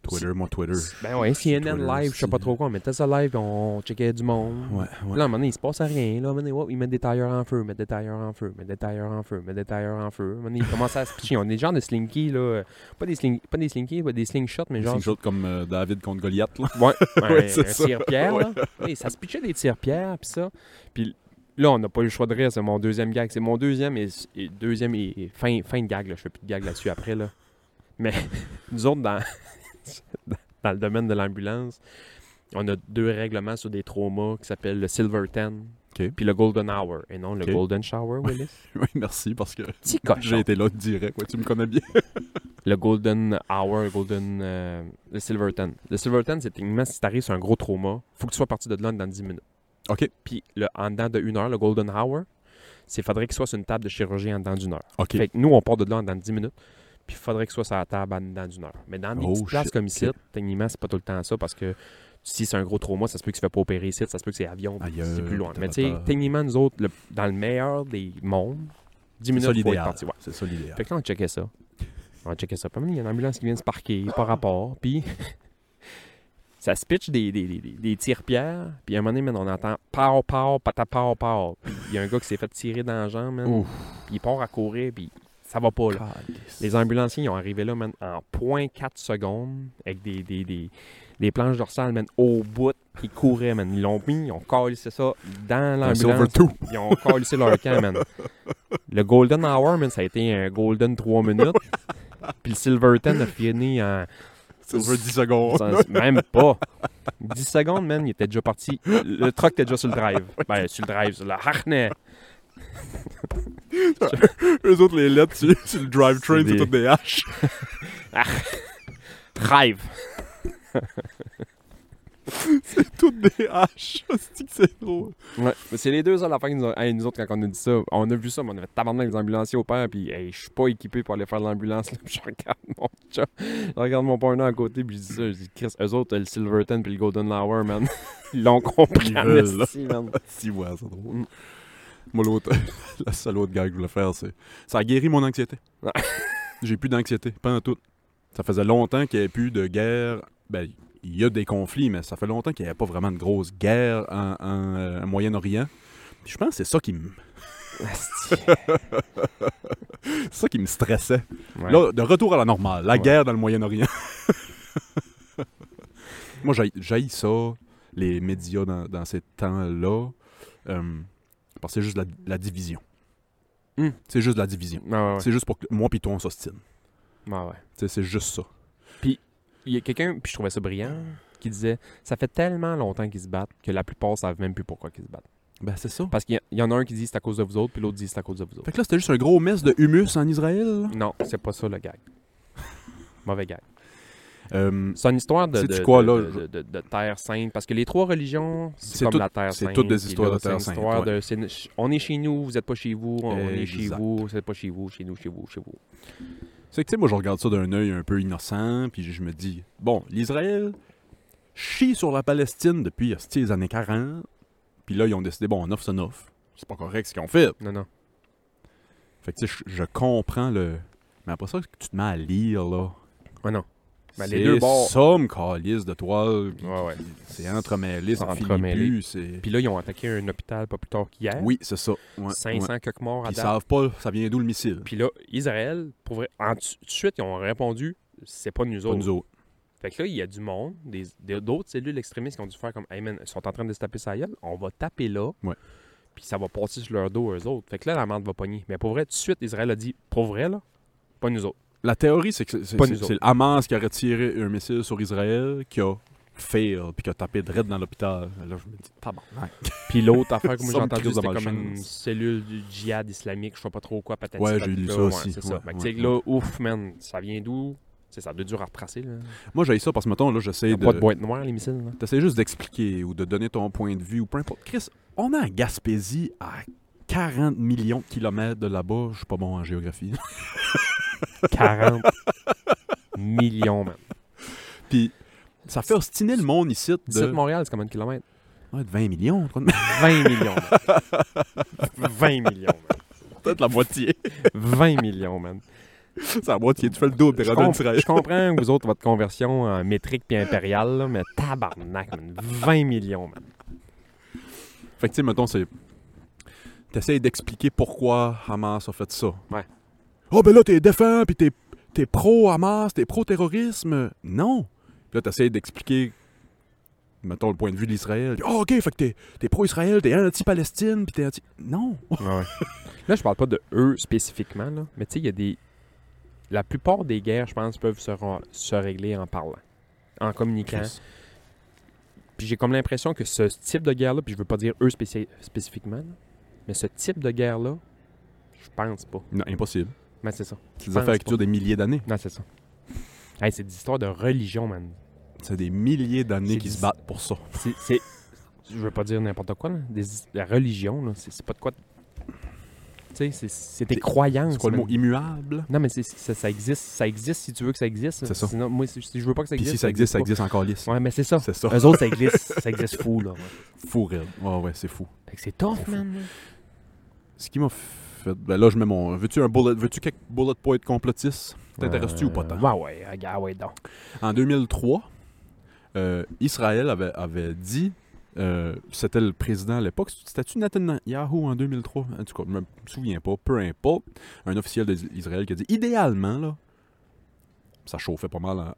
Twitter, mon Twitter.
Ben ouais, CNN
Twitter
live, je sais pas
aussi.
trop quoi. On mettait ça live, on checkait du monde.
Ouais, ouais.
Là, à un moment donné, il se passe à rien. Là, à un moment donné, hop, ils mettent des tailleurs en feu, mettent des tailleurs en feu, mettent des tailleurs en feu, mettent des tailleurs en feu. À un moment donné, ils commencent à se pitcher. On est des gens de slinky, là. euh, Pas des, sling... pas des slinky, pas des slingshots, mais genre.
C'est une chose comme euh, David contre Goliath. Là.
Ouais, un,
Ouais, c'est
un
ça.
tire-pierre,
Ouais.
là. Hey, ça se pitchait des tire-pierres, puis ça. Puis là, on n'a pas eu le choix de rire. C'est mon deuxième gag. C'est mon deuxième et, et deuxième et, et fin, fin de gag, là. Je fais plus de gag là-dessus après, là. Mais nous autres, dans, dans le domaine de l'ambulance, on a deux règlements sur des traumas qui s'appellent le Silver Ten
OK.
puis le Golden Hour. Et non, le
OK.
Golden Shower, Willis.
oui, merci parce que
Petit
j'ai
cochon.
été là direct. Ouais, tu me connais bien.
Le Golden Hour, le Golden. euh, le Silver Ten. Le Silver Ten, c'est techniquement si t'arrives sur un gros trauma, faut que tu sois parti de là dans 10 minutes.
OK.
Puis le, en dedans de une heure, le golden hour, c'est faudrait qu'il soit sur une table de chirurgie en dedans d'une heure.
OK.
Fait que nous, on part de là en dedans de 10 minutes. Puis il faudrait qu'il soit sur la table en dedans d'une heure. Mais dans des
Oh,
petites places
shit,
comme ici,
ok.
techniquement, c'est pas tout le temps ça parce que si c'est un gros trauma, ça se peut que tu fais pas opérer ici, ça se peut que c'est avion, puis
Aïe,
c'est
euh,
plus loin.
ta,
Mais
ta,
tu sais,
ta.
techniquement, nous autres, le- dans le meilleur des mondes,
C'est ça
10 minutes, il faut être
l'idéal.
parti. Ouais.
C'est ça l'idéal.
Fait que là, on checkait ça. On checkait ça. Puis à un moment, il y a une ambulance qui vient de se parquer, par rapport. Puis ça se pitch des, des, des, des- des tire-pierres. Puis à un moment donné, man, on entend pow, pow, pata, pow, pow. Puis il y a un gars qui s'est fait tirer dans la jambe, man.
Ouf.
Puis il part à courir, puis ça va pas, là. Les ambulanciers, ils ont arrivé là, man, en 0.4 secondes, avec des, des, des, des planches dorsales, man, au bout. Ils couraient, man. Ils l'ont mis, ils ont calissé ça dans
Un silver
l'ambulance.
two.
Ils ont calissé leur camp, man. Le Golden Hour, man, ça a été un Golden 3 minutes. Puis le Silverton a fini en.
Silver 10 secondes.
ça- Même pas. 10 secondes, man, il était déjà parti. Le truck était déjà sur le drive. Ben, sur le drive, sur le harnais.
Eux autres, les lettres sur, sur le drivetrain,
C'est
c'est
des-
toutes des haches.
Drive.
Toutes des haches. Hostie que c'est drôle.
Ouais. mais C'est les deux seules affaires qui nous ont. Hey, nous autres, quand on a dit ça, on a vu ça, mais on avait tabarnak les ambulanciers au père, puis hey, je suis pas équipé pour aller faire de l'ambulance. là. Puis Je regarde mon chat, je regarde mon partner à côté, puis je dis ça. Je dis, Chris, eux autres, le Silverton puis le Golden Hour, man. Ils l'ont compris,
Ils
en
veulent, là.
esti, man.
Si, ouais, c'est drôle.
Mm.
Moi, l'autre, la seule autre gag que je voulais faire, c'est. Ça a guéri mon anxiété.
Ouais.
J'ai plus d'anxiété, pas en tout. Ça faisait longtemps qu'il n'y avait plus de guerre. Ben, il y a des conflits, mais ça fait longtemps qu'il n'y avait pas vraiment de grosse guerre en, en, euh, en Moyen-Orient. Je pense que c'est ça qui me.
Esti.
c'est ça qui me stressait.
Ouais.
Là, de retour à la normale, la
Ouais.
guerre dans le Moyen-Orient. Moi, j'haï- j'haïs ça, les médias dans, dans ces temps-là, euh, parce que c'est juste la, la division.
Hmm.
C'est juste la division.
Ah ouais, ouais.
C'est juste pour que moi pis toi, on s'ostine.
Ah ouais.
Tu sais, C'est juste ça.
Il y a quelqu'un, puis je trouvais ça brillant, qui disait Ça fait tellement longtemps qu'ils se battent que la plupart savent même plus pourquoi ils se battent.
Ben, c'est ça.
Parce qu'il y a- il y, en a un qui dit c'est à cause de vous autres, puis l'autre dit c'est à cause de vous autres.
Fait que là, c'était juste un gros mess de humus en Israël.
Non, c'est pas ça le gag. Mauvais gag.
Euh,
C'est une histoire de,
Sais-tu
de-
quoi,
de-
là,
de- de- de terre sainte. Parce que les trois religions,
C'est
c'est comme
tout-
la terre
c'est
sainte.
toutes des
puis là,
histoires de
c'est
terre
une
sainte,
histoire
ouais.
de- c'est une- on est chez nous, vous n'êtes pas chez vous. On est chez
Exact.
vous, vous n'êtes pas chez vous. Chez nous, chez vous, chez vous.
c'est que, tu sais, moi, je regarde ça d'un œil un peu innocent, puis je je me dis, bon, l'Israël chie sur la Palestine depuis hostie, les années 40, puis là, ils ont décidé, bon, on offre, ça offre. C'est pas correct ce qu'ils ont fait.
Non, non.
Fait que, tu sais, je, je comprends le. Mais après ça, tu te mets à lire, là.
Ouais, non. Ben, les
C'est
deux bords-
somme calice de toile, puis
Ouais, ouais.
c'est entremêlé, ça
C'est
finit
entremêlé.
plus, c'est...
Puis là, ils ont attaqué un hôpital pas plus tard qu'hier.
Oui, c'est ça. Ouais,
500
ouais.
quelques morts à
Ils
date.
savent pas, ça vient d'où le missile.
Puis là, Israël, pour vrai, en tout tout de suite, ils ont répondu c'est pas nous
Pas
autres.
nous autres.
Fait que là, il y a du monde, des- des- d'autres cellules extrémistes qui ont dû faire comme Hey man, ils sont en train de se taper sa gueule, on va taper là.
Ouais.
Puis ça va passer sur leur dos, eux autres. Fait que là, la merde va pogner. Mais pour vrai, tout de suite, Israël a dit Pour vrai, là, pas nous autres.
La théorie, c'est que c'est-
Pas
c'est
nous
c'est
autres.
le Hamas qui aurait tiré un missile sur Israël, qui a fail, puis qui a tapé direct dans l'hôpital. Là, je me dis, tabarnak.
Puis l'autre affaire, comme
Somme
j'ai entendu,
crise de
c'était comme une
malchance.
cellule du djihad islamique, je sais pas trop quoi, patati
Ouais, j'ai
patata,
lu ça
ouais,
aussi.
c'est
Ouais,
ça. Fait que tu
ouais,
sais, là, ouf, man, ça vient d'où Tu sais, Ça doit être dur à retracer, là.
Moi, j'ai ça parce que, mettons, là, j'essaie
Ils ont Pas de
de...
boîte noire, les missiles, là.
T'essaies juste d'expliquer ou de donner ton point de vue ou peu importe. Chris, on est en Gaspésie à 40 millions de kilomètres de là-bas. Je suis pas bon en géographie.
40 millions, man.
Puis ça fait ostiner le monde ici
D'ici de
de,
Montréal, c'est combien de kilomètres
Ouais, de 20 millions. en tout cas.
20 millions, man. 20 millions, man.
Peut-être la moitié.
20 millions, man.
C'est la moitié. Tu fais le double, t'es
Je,
rendu en
com-
Israël.
je comprends que vous autres, votre conversion en métrique puis impériale, là, mais tabarnak, man. 20 millions, man.
Fait que, tu sais, mettons, c'est. T'essayes d'expliquer pourquoi Hamas a fait ça.
Ouais.
Oh, ben là, t'es défunt, puis t'es, t'es pro-Hamas, t'es pro-terrorisme. Non. Puis là, t'essayes d'expliquer, mettons, le point de vue de l'Israël. Puis, Oh, OK, fait que t'es, t'es pro-Israël, t'es anti-Palestine, puis t'es anti. Non.
Là, je parle pas de eux spécifiquement, là, mais tu sais, il y a des. La plupart des guerres, je pense, peuvent se, ra- se régler en parlant, en communiquant. Puis j'ai comme l'impression que ce type de guerre-là, puis je veux pas dire eux spéci- spécifiquement, là, mais ce type de guerre-là, je pense pas.
Non, impossible.
Mais c'est ça.
C'est des
pense
affaires qui
pas.
durent des milliers d'années.
Non, c'est ça. Hey, c'est des histoires de religion, man.
C'est des milliers d'années
C'est
qui se
dix-
battent pour ça.
C'est. c'est- Je veux pas dire n'importe quoi, là. Des... La religion, là, c'est c'est pas de quoi. de- Tu sais, c'est- c'est tes
C'est-
croyances.
C'est quoi le
man.
mot immuable?
Non, mais c'est- ça, ça existe. Ça existe si tu veux que ça existe.
C'est ça.
Sinon, moi, si si je veux pas que ça
Puis
existe.
si ça existe, ça
pas.
existe encore lisse.
Ouais, Euh, mais c'est ça.
C'est ça.
Eux autres, ça existe. ça existe fou, là. ouais.
Fou, raide. Ouais, ouais, c'est fou.
Fait que c'est tough,
fou.
man. là.
Ce qui m'a fait. Ben là, je mets mon. Veux-tu un bullet. Veux-tu quelques bullet points complotistes T'intéresses-tu ou pas tant
Euh, Ouais, ouais, regarde, ouais, donc.
En 2003, euh, Israël avait, avait dit. euh, c'était le président à l'époque. C'était-tu Netanyahu en 2003 En tout cas, je me souviens pas. Peu importe. Un officiel d'Israël qui a dit idéalement, là. Ça chauffait pas mal. hein,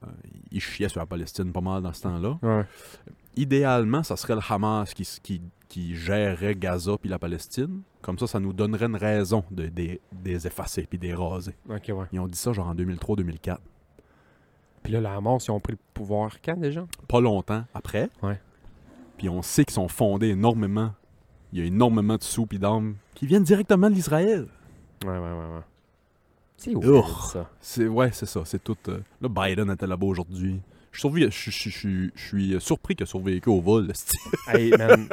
il chiait sur la Palestine pas mal dans ce temps-là.
Ouais.
idéalement, ça serait le Hamas qui, qui, qui gérerait Gaza puis la Palestine. Comme ça, ça nous donnerait une raison de, de- des effacer puis des raser.
Ok, ouais.
Ils ont dit ça genre en 2003-2004.
Puis là, la Hamas, ils ont pris le pouvoir quand déjà
Pas longtemps après.
Ouais.
Puis on sait qu'ils sont fondés énormément. Il y a énormément de sous puis d'armes qui viennent directement de l'Israël.
Ouais, ouais, ouais, ouais. C'est
Urgh.
où ça
C'est ouais, c'est ça, c'est tout. euh, Là, Biden était là-bas aujourd'hui. Je suis survi- je- je- je- je suis surpris qu'il a survécu au vol. le style.
Hey, man.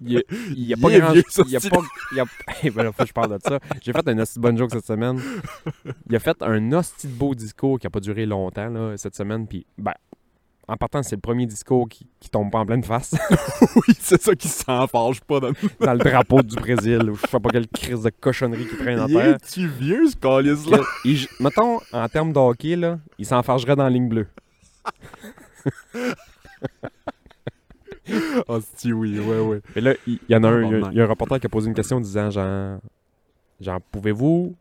Il y a, il y a pas
Il est
grand.
vieux, ça,
il y a
c'est-
pas. il y a- Hey, ben là, faut que je parle de ça. J'ai fait un hostie de bonne joke cette semaine. Il a fait un hostie de beau discours qui a pas duré longtemps, là, cette semaine. Puis, ben, en partant, c'est le premier discours qui, qui tombe pas en pleine face
oui, c'est ça qui s'enfarge pas dans
dans le drapeau du Brésil ou je sais pas quelle crise de cochonnerie qui traîne en
Il
terre.
est-tu vieux, ce calice-là?
Il j- mettons, en termes de hockey, là, il s'enfargerait dans la ligne bleue.
Ah, si, oui, ouais, ouais.
Mais là, il il y en a un, il y a-
Tabarnak.
il y, a un reporter qui a posé une question en disant genre, genre pouvez-vous,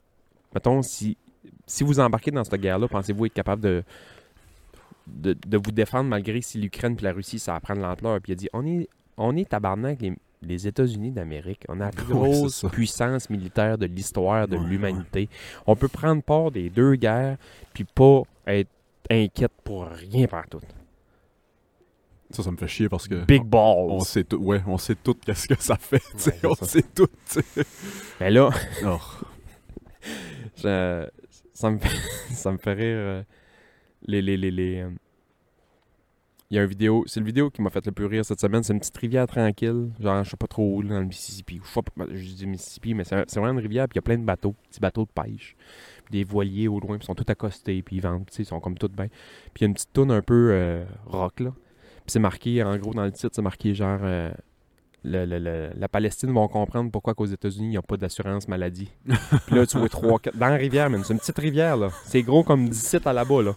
mettons, si, si vous embarquez dans cette guerre-là, pensez-vous être capable de, de, de vous défendre malgré si l'Ukraine puis la Russie, ça prend de l'ampleur? Puis il a dit on est, on est tabarnak, les, les États-Unis d'Amérique. On a la plus
Ouais, c'est
grosse
ça.
puissance militaire de l'histoire de
Ouais,
l'humanité. On peut prendre part des deux guerres puis pas être inquiète pour rien partout.
Ça, ça me fait chier parce que.
Big
On
balls.
sait tout, ouais, on sait tout qu'est-ce que ça fait, tu sais,
Ouais, c'est
on
ça.
sait tout, tu sais.
Mais là,
Oh.
je- ça, me fait, ça me fait rire. euh, les, les, les, les, euh, Il y a une vidéo, c'est le vidéo qui m'a fait le plus rire cette semaine. C'est une petite rivière tranquille, genre, je sais pas trop où, là, dans le Mississippi. Je sais pas, ben, je dis Mississippi, mais c'est c'est vraiment une rivière, puis il y a plein de bateaux, petits bateaux de pêche. Puis des voiliers au loin, puis ils sont tous accostés, puis ils vendent, tu sais, ils sont comme tout bien. Puis il y a une petite toune un peu euh, rock, là. Puis c'est marqué, en gros, dans le titre, c'est marqué genre. euh, le- le- le- la Palestine vont comprendre pourquoi qu'aux États-Unis, il n'y a pas d'assurance maladie. Puis là, tu vois trois, quatre- dans la rivière, même. C'est une petite rivière, là. C'est gros comme 17 à là-bas, là.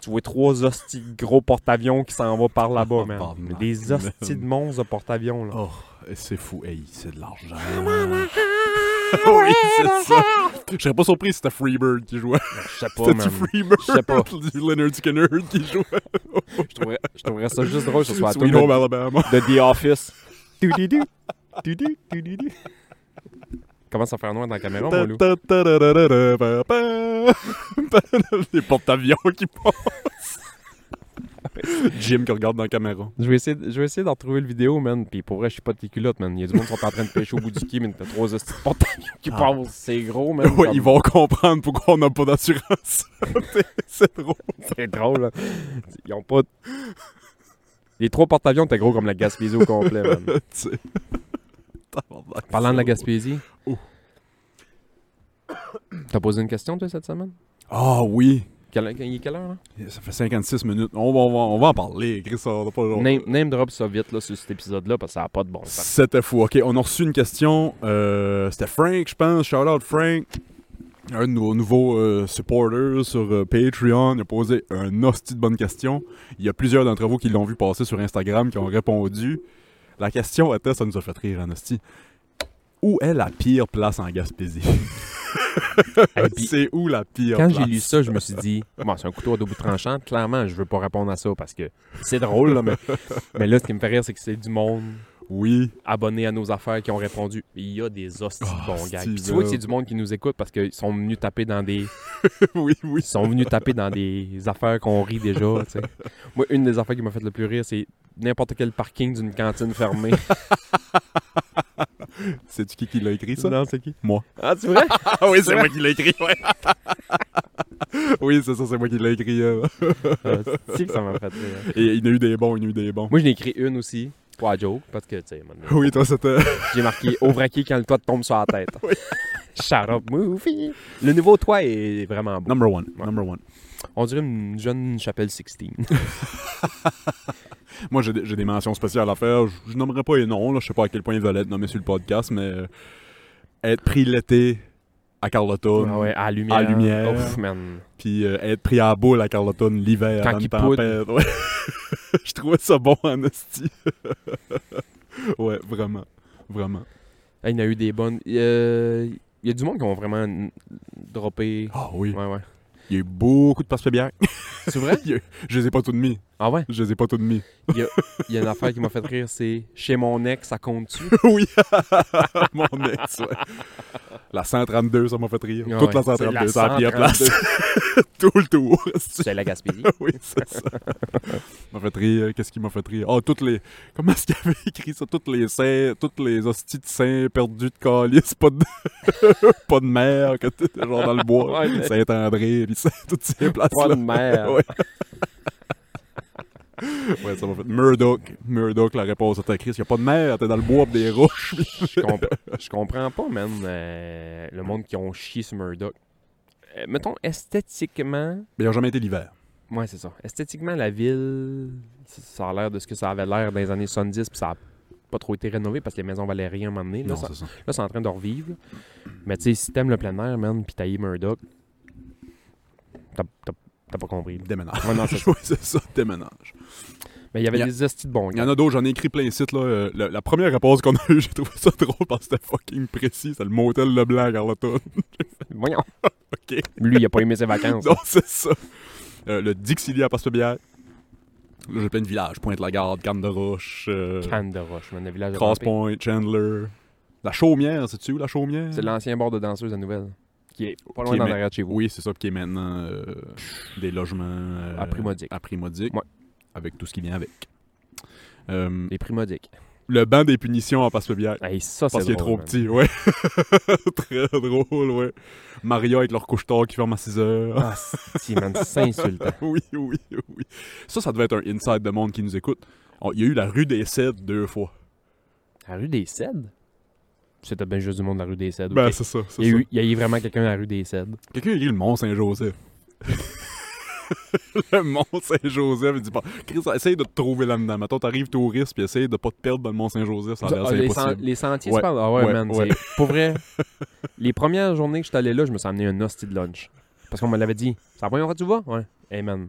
Tu vois trois hosties de gros porte-avions qui s'en vont par là-bas, Oh, man.
Tabarnak,
Des hosties de monstres de porte-avions, là.
Oh, et c'est fou. Hey, c'est de l'argent. oui, c'est ça. Je serais pas surpris si c'était Freebird qui jouait.
Je sais pas,
C'était-tu
man.
Freebird?
Je sais pas.
Du Leonard Skinner qui jouait.
Je trouverais, je trouverais ça juste drôle que ce soit à
Sweet
toi,
Home Alabama.
de, de The Office.
Toudidou, toudidou, toudidou.
Comment ça faire noir dans la caméra, mon loup?
Ta- ta- ta- ta- ta- ta- ta- ta- ta- Les porte-avions qui passent. Jim qui regarde dans la caméra.
Je vais essayer, de- je vais essayer d'en retrouver le vidéo, man. Puis pour vrai, je suis pas de tes culottes, man. Il y a du monde qui sont en train de pêcher au bout du quai, mais t'as trois hosties de porte-avions qui
Ah.
passent. C'est gros, man.
Euh, Ouais,
comme-
ils vont comprendre pourquoi on n'a pas d'assurance. c'est drôle.
C'est drôle. là. Ils ont pas. Les trois porte-avions étaient gros comme la Gaspésie au complet. man.
Tu sais. Tabarnak,
Parlant de la
c'est
Gaspésie.
Oh.
T'as posé une question, toi, cette semaine
Ah oui.
Quelle- Il est quelle heure, là
Ça fait 56 minutes. On va, on va, on va en parler, Chris. on n'a pas- on-
name, name drop ça vite, là, sur cet épisode-là, parce que ça n'a pas de bon sens.
C'était fou. OK, on a reçu une question. euh, C'était Frank, je pense. Shout out Frank. Un de nos nouveaux euh, supporters sur euh, Patreon. Il a posé un hostie de bonne question. Il y a plusieurs d'entre vous qui l'ont vu passer sur Instagram, qui ont répondu. La question était, ça nous a fait rire, en hostie. Où est la pire place en Gaspésie?
Hey, puis-
C'est où la pire
Quand
place?
j'ai lu ça, je me suis dit, bon, c'est un couteau à deux bouts tranchant. Clairement, je veux pas répondre à ça parce que c'est drôle, là, mais, mais là, ce qui me fait rire, c'est que c'est du monde
Oui.
abonnés à nos affaires qui ont répondu. Il y a des hosties de bons
Oh,
gars.
Steven.
Puis tu vois que c'est du monde qui nous écoute parce qu'ils sont venus taper dans des
oui, oui.
ils sont venus taper dans des affaires qu'on rit déjà, tu sais. Moi, une des affaires qui m'a fait le plus rire, c'est n'importe quel parking d'une cantine fermée.
C'est-tu qui qui l'a écrit, ça?
Non, c'est qui
Moi.
Ah, c'est vrai
Ah oui, c'est moi qui l'ai écrit, ouais. oui, c'est ça, c'est moi qui l'ai écrit. euh.
C'est que ça m'a fait rire.
Et il y en a eu des bons, il y en a eu des bons.
Moi, j'en ai écrit une aussi. Pas à joke, parce que, tu sais, man,
Oui, toi, c'était.
j'ai marqué au vraquier quand le toit te tombe sur la tête. Shut up, movie. Le nouveau toit est vraiment beau.
Number one.
Ouais.
Number one.
On dirait une jeune chapelle 16.
Moi, j'ai des j'ai des mentions spéciales à faire. Je, je nommerai pas les noms, là. Je sais pas à quel point ils veulent être nommés sur le podcast, mais euh, être pris l'été à Carleton,
Ah ouais, à la lumière.
À la lumière.
Ouf, man.
puis euh, être pris à la boule à Carleton l'hiver
Quand
dans
il
une tempête. Ouais. je trouvais ça bon en hostie. ouais, vraiment. Vraiment.
Ah, il y en a eu des bonnes. Euh, Il y a du monde qui ont vraiment n- droppé.
Ah oui.
Ouais, ouais.
Il y a eu beaucoup de passe bière.
C'est vrai?
Je les ai pas tous mis.
Ah ouais?
Je les ai pas tous mis.
Il y a une affaire qui m'a fait rire, c'est chez mon ex, ça compte-tu?
oui, mon ex. ouais. La 132, ça m'a fait rire.
Ah
Toute
ouais,
la
c'est
132,
la
ça a pris la
132.
place. Tout le tour. c'est-
C'est la Gaspésie.
oui, c'est ça. m'a fait rire. Qu'est-ce qui m'a fait rire? Ah, toutes les. Comment est-ce qu'il avait écrit ça? Toutes les saints, toutes les hosties de saints perdus de calice, pas de, pas de mer, que t'es genre dans le bois.
Ouais, mais-
Saint-André, puis ça, toutes ces
Pas de
places-là.
merde.
Ouais. Ouais, ça m'a fait. Murdoch. Murdoch, la réponse à ta crise. Il a pas de mer, t'es dans le bois, pis des roches.
Je, compre- je comprends pas, man, euh, le monde qui ont chié sur Murdoch. Euh, mettons, esthétiquement.
Mais il a jamais été l'hiver.
Ouais, c'est ça. Esthétiquement, la ville, ça- ça a l'air de ce que ça avait l'air dans les années 70, puis ça a pas trop été rénové parce que les maisons valaient rien à un moment donné. Là, ça-
ça.
Là, c'est en train de revivre. là. Mais tu sais, si t'aimes le plein air, man, pis tailler Murdoch, t'as t'as- t'as pas compris. là.
Déménage.
Ouais, non, c'est ça.
Oui, c'est ça, déménage.
Mais il y avait
Il y a-
des hosties de bons
Il y
gars.
en a d'autres, j'en ai écrit plein site. Là. Euh, La, la première réponse qu'on a eue, j'ai trouvé ça drôle parce que c'était fucking précis. C'est le motel Leblanc à Carleton.
Voyons.
OK.
Lui, il a pas aimé ses vacances.
Non, c'est ça. Euh, le Dixilia à Passe-Bière. Là, j'ai plein de villages. Pointe-la-Garde, Cannes-de-Roche, euh,
Canne de roche, man, le village de
Cross
Rampé.
Point, Chandler. La Chaumière, sais-tu où la Chaumière?
C'est l'ancien bord de danseuse à Nouvelle. Qui est pas loin
Qui est
d'en
ma-
arrière de chez vous.
Oui, c'est ça, puis qui est maintenant euh, des logements... euh,
À prix modique.
À prix modique.
Ouais.
Avec tout ce qui vient avec. Euh,
Les primodiques.
le banc des punitions en passe bière.
Hey, ça, c'est
Parce qu'il est
drôle,
trop
man.
petit, ouais. Très drôle, ouais. Maria avec leur couche tard qui ferme à 6 heures.
Ah, si, man, c'est insultant.
oui, oui, oui. Ça, ça devait être un inside de monde qui nous écoute. On- Il y a eu la rue des Cèdres deux fois.
La rue des Cèdes? C'était bien juste du monde de la rue des Cèdes.
Ben,
ok.
c'est ça. c'est
Il y, a
ça.
eu, il y a eu vraiment quelqu'un à la rue des Cèdes.
Quelqu'un a écrit le Mont-Saint-Joseph. le Mont-Saint-Joseph, il dit pas. Chris, essaye de te trouver là-dedans. Mettons, t'arrives touriste, puis essaye de pas te perdre dans le Mont-Saint-Joseph. Ça a l'air
Ah,
c'est
les,
impossible.
sen- les sentiers,
Ouais,
tu parles? Ah ouais,
ouais,
man.
ouais.
c'est- Pour vrai, les premières journées que je suis allé là, je me suis amené un hostie de lunch. Parce qu'on me l'avait dit. C'est la première fois que tu vas? Ouais. Hey, man.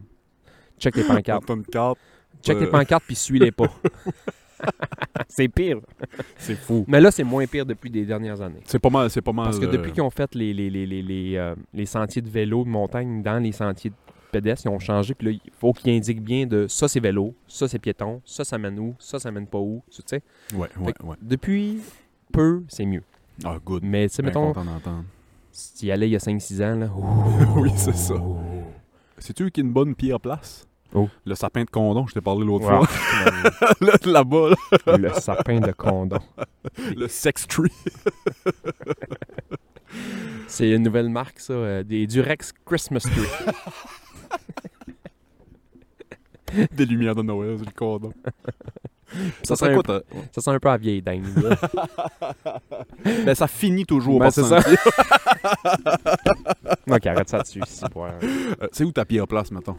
Check les pancartes.
T'as une carte,
Check les
Euh.
pancartes puis suis-les pas. c'est pire.
c'est fou.
Mais là, c'est moins pire depuis les dernières années.
C'est pas mal, c'est pas mal.
Parce que depuis
euh,
qu'ils ont fait les, les, les, les, les, euh, les sentiers de vélo de montagne dans les sentiers de pédestres, ils ont changé. Puis là, il faut qu'ils indiquent bien de ça c'est vélo, ça c'est piéton, ça ça mène où, ça ça mène pas où. Tu sais,
Ouais, ouais, ouais.
depuis peu, c'est mieux.
Ah, good.
Mais tu sais,
Bien
mettons,
content d'entendre.
s'il y allait il y a 5-6 ans, là, ouh,
oui, c'est ça. Sais-tu qui a une bonne pire place?
Oh.
Le sapin de condom, je t'ai parlé l'autre
wow,
fois. Là, Là-bas, là,
le sapin de condom.
le sex tree.
C'est une nouvelle marque, ça, euh, des Durex Christmas Tree.
Des lumières de Noël, c'est le condom.
Ça sent, un,
ta-
ça sent un peu à vieille dingue. là.
Ben, ça finit toujours
Ben,
par
c'est
s'en-
ça. ok, arrête ça dessus. si, pour, euh,
Euh, c'est où ta pire place, mettons?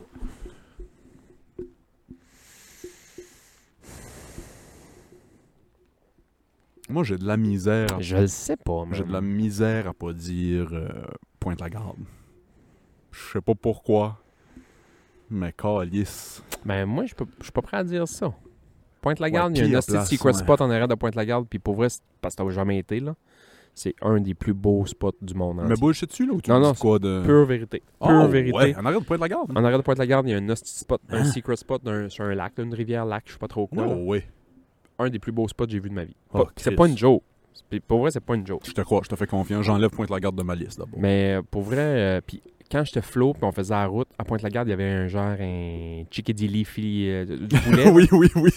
Moi, j'ai de la misère. à-
Je le sais pas, man.
J'ai de la misère à pas dire euh, Pointe-la-Garde. Je sais pas pourquoi, mais calice.
Ben, moi, je peux- je suis pas prêt à dire ça. Pointe-la-Garde,
Ouais,
il y a
pire
un hostie de
place,
secret
ouais.
spot en arrière de Pointe-la-Garde, puis pour vrai, c'est- parce que t'as jamais été, là, c'est un des plus beaux spots du monde
Mais
entier.
bullshit tu là ou tu
Non,
me dis
non,
quoi de...
Pure vérité.
Oh,
Pure vérité.
ouais, en arrière de Pointe-la-Garde?
En arrière de Pointe-la-Garde, il y a un hostie de spot,
Hein?
un secret spot d'un- sur un lac, là, une rivière, lac, je sais pas trop quoi.
Non,
là.
ouais.
Un des plus beaux spots que j'ai vu de ma vie.
Oh,
Pas- c'est
Christ.
pas une joke. C'est- puis pour vrai, c'est pas une joke.
Je te crois, je te fais confiance. J'enlève Pointe-la-Garde de ma liste, d'abord.
Mais euh, pour vrai, euh, puis quand j'étais flow, puis on faisait la route, à Pointe-la-Garde, il y avait un genre, un chickadilly fili euh, du poulet.
oui, oui, oui.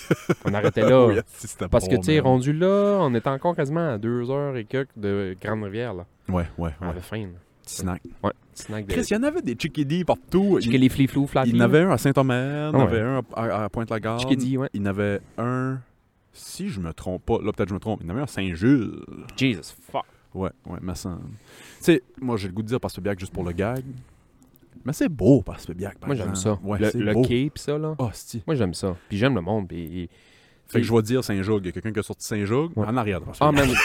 On arrêtait là.
Oui, si c'était
Parce que,
bon,
tu sais,
Oh, man.
rendu là, on était encore quasiment à deux heures et quelques de Grande-Rivière, là.
Ouais, ouais,
On
ouais.
avait faim, là.
Petit snack.
Ouais, petit snack de...
Chris, il y en avait des Chickadee partout. Il,
les flou
il y en avait un à Saint-Omer, il y en
Ah ouais.
avait un à, à- à Pointe-la-Garde.
Chickadee, ouais.
Il y en avait un, si je me trompe pas, là peut-être je me trompe, il y en avait un à Saint-Jules.
Jesus, fuck.
Ouais, ouais, mais ça... Tu sais, moi j'ai le goût de dire Passe-Biac juste pour le gag. Mais c'est beau, Passe-Biac, par
Moi, j'aime ça.
exemple. Ouais,
le
c'est
le
beau.
quai, pis ça, là.
Oh, c'ti.
Moi, j'aime ça. Puis j'aime le monde, puis...
Fait que je vais dire Saint-Joug. Il y a quelqu'un qui a sorti Saint-Joug
Ouais.
en arrière. de la
Ah,
Saint-Joug.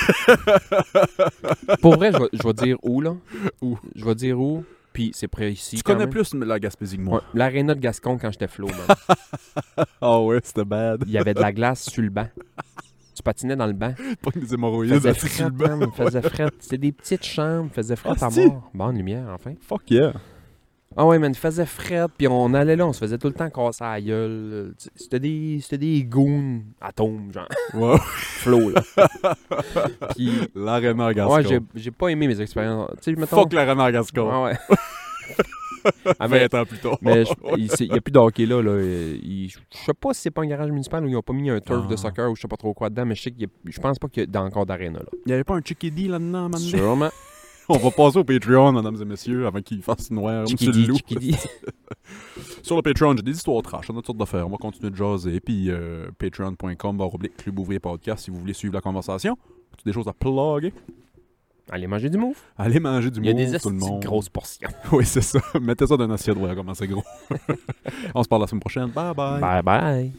man. Pour vrai, je vais- je vais dire où, là.
Où?
Je vais dire où, puis c'est près ici,
tu
quand
connais
même.
plus la Gaspésie que
Ouais,
moi.
L'aréna de Gascon, quand j'étais flow, man.
Ah ouais, c'était bad.
Il y avait de la glace sur le banc. Tu patinais dans le banc.
Pas que des hémorroïdes.
faisait
assis
fret,
sur le banc.
man, faisait fret. C'était des petites chambres, faisait fret à
Asti.
mort. Bonne lumière, enfin.
Fuck yeah.
Ah ouais, man, faisait fret, puis on allait là, on se faisait tout le temps casser à la gueule. C'était des, c'était des goons atomes, genre,
Wow.
flow, là. puis,
L'aréna à Gascon.
ouais, j'ai, j'ai pas aimé mes expériences. Tu sais, mettons...
Fuck l'aréna à Gascon.
Ah ouais. Ah, mais
20 ans plus tard.
mais je- il s'est- il y a plus de hockey là. là. Il- je sais pas si c'est pas un garage municipal où ils ont pas mis un turf
Ah.
de soccer ou je sais pas trop quoi dedans, mais je sais qu'il y a- je pense pas qu'il y a encore d'aréna là.
Il n'y avait pas un chickadee là-dedans, man.
Sûrement.
On va passer au Patreon, mesdames et messieurs, avant qu'il fasse noir. monsieur le
Chiquidi,
loup.
chiquidi.
Sur le Patreon, j'ai des histoires trash, on a toutes sortes d'affaires. On va continuer de jaser. Puis euh, patreon.com, barre oblique, club ouvrier podcast, si vous voulez suivre la conversation. As-tu des choses à plugger?
Allez manger du mou.
Allez manger du
Il y a
monde,
des
tout le
hosties de
monde.
grosses portions.
Oui, c'est ça. Mettez ça dans une assiette, voilà comment c'est gros. on se parle la semaine prochaine. bye.
Bye bye.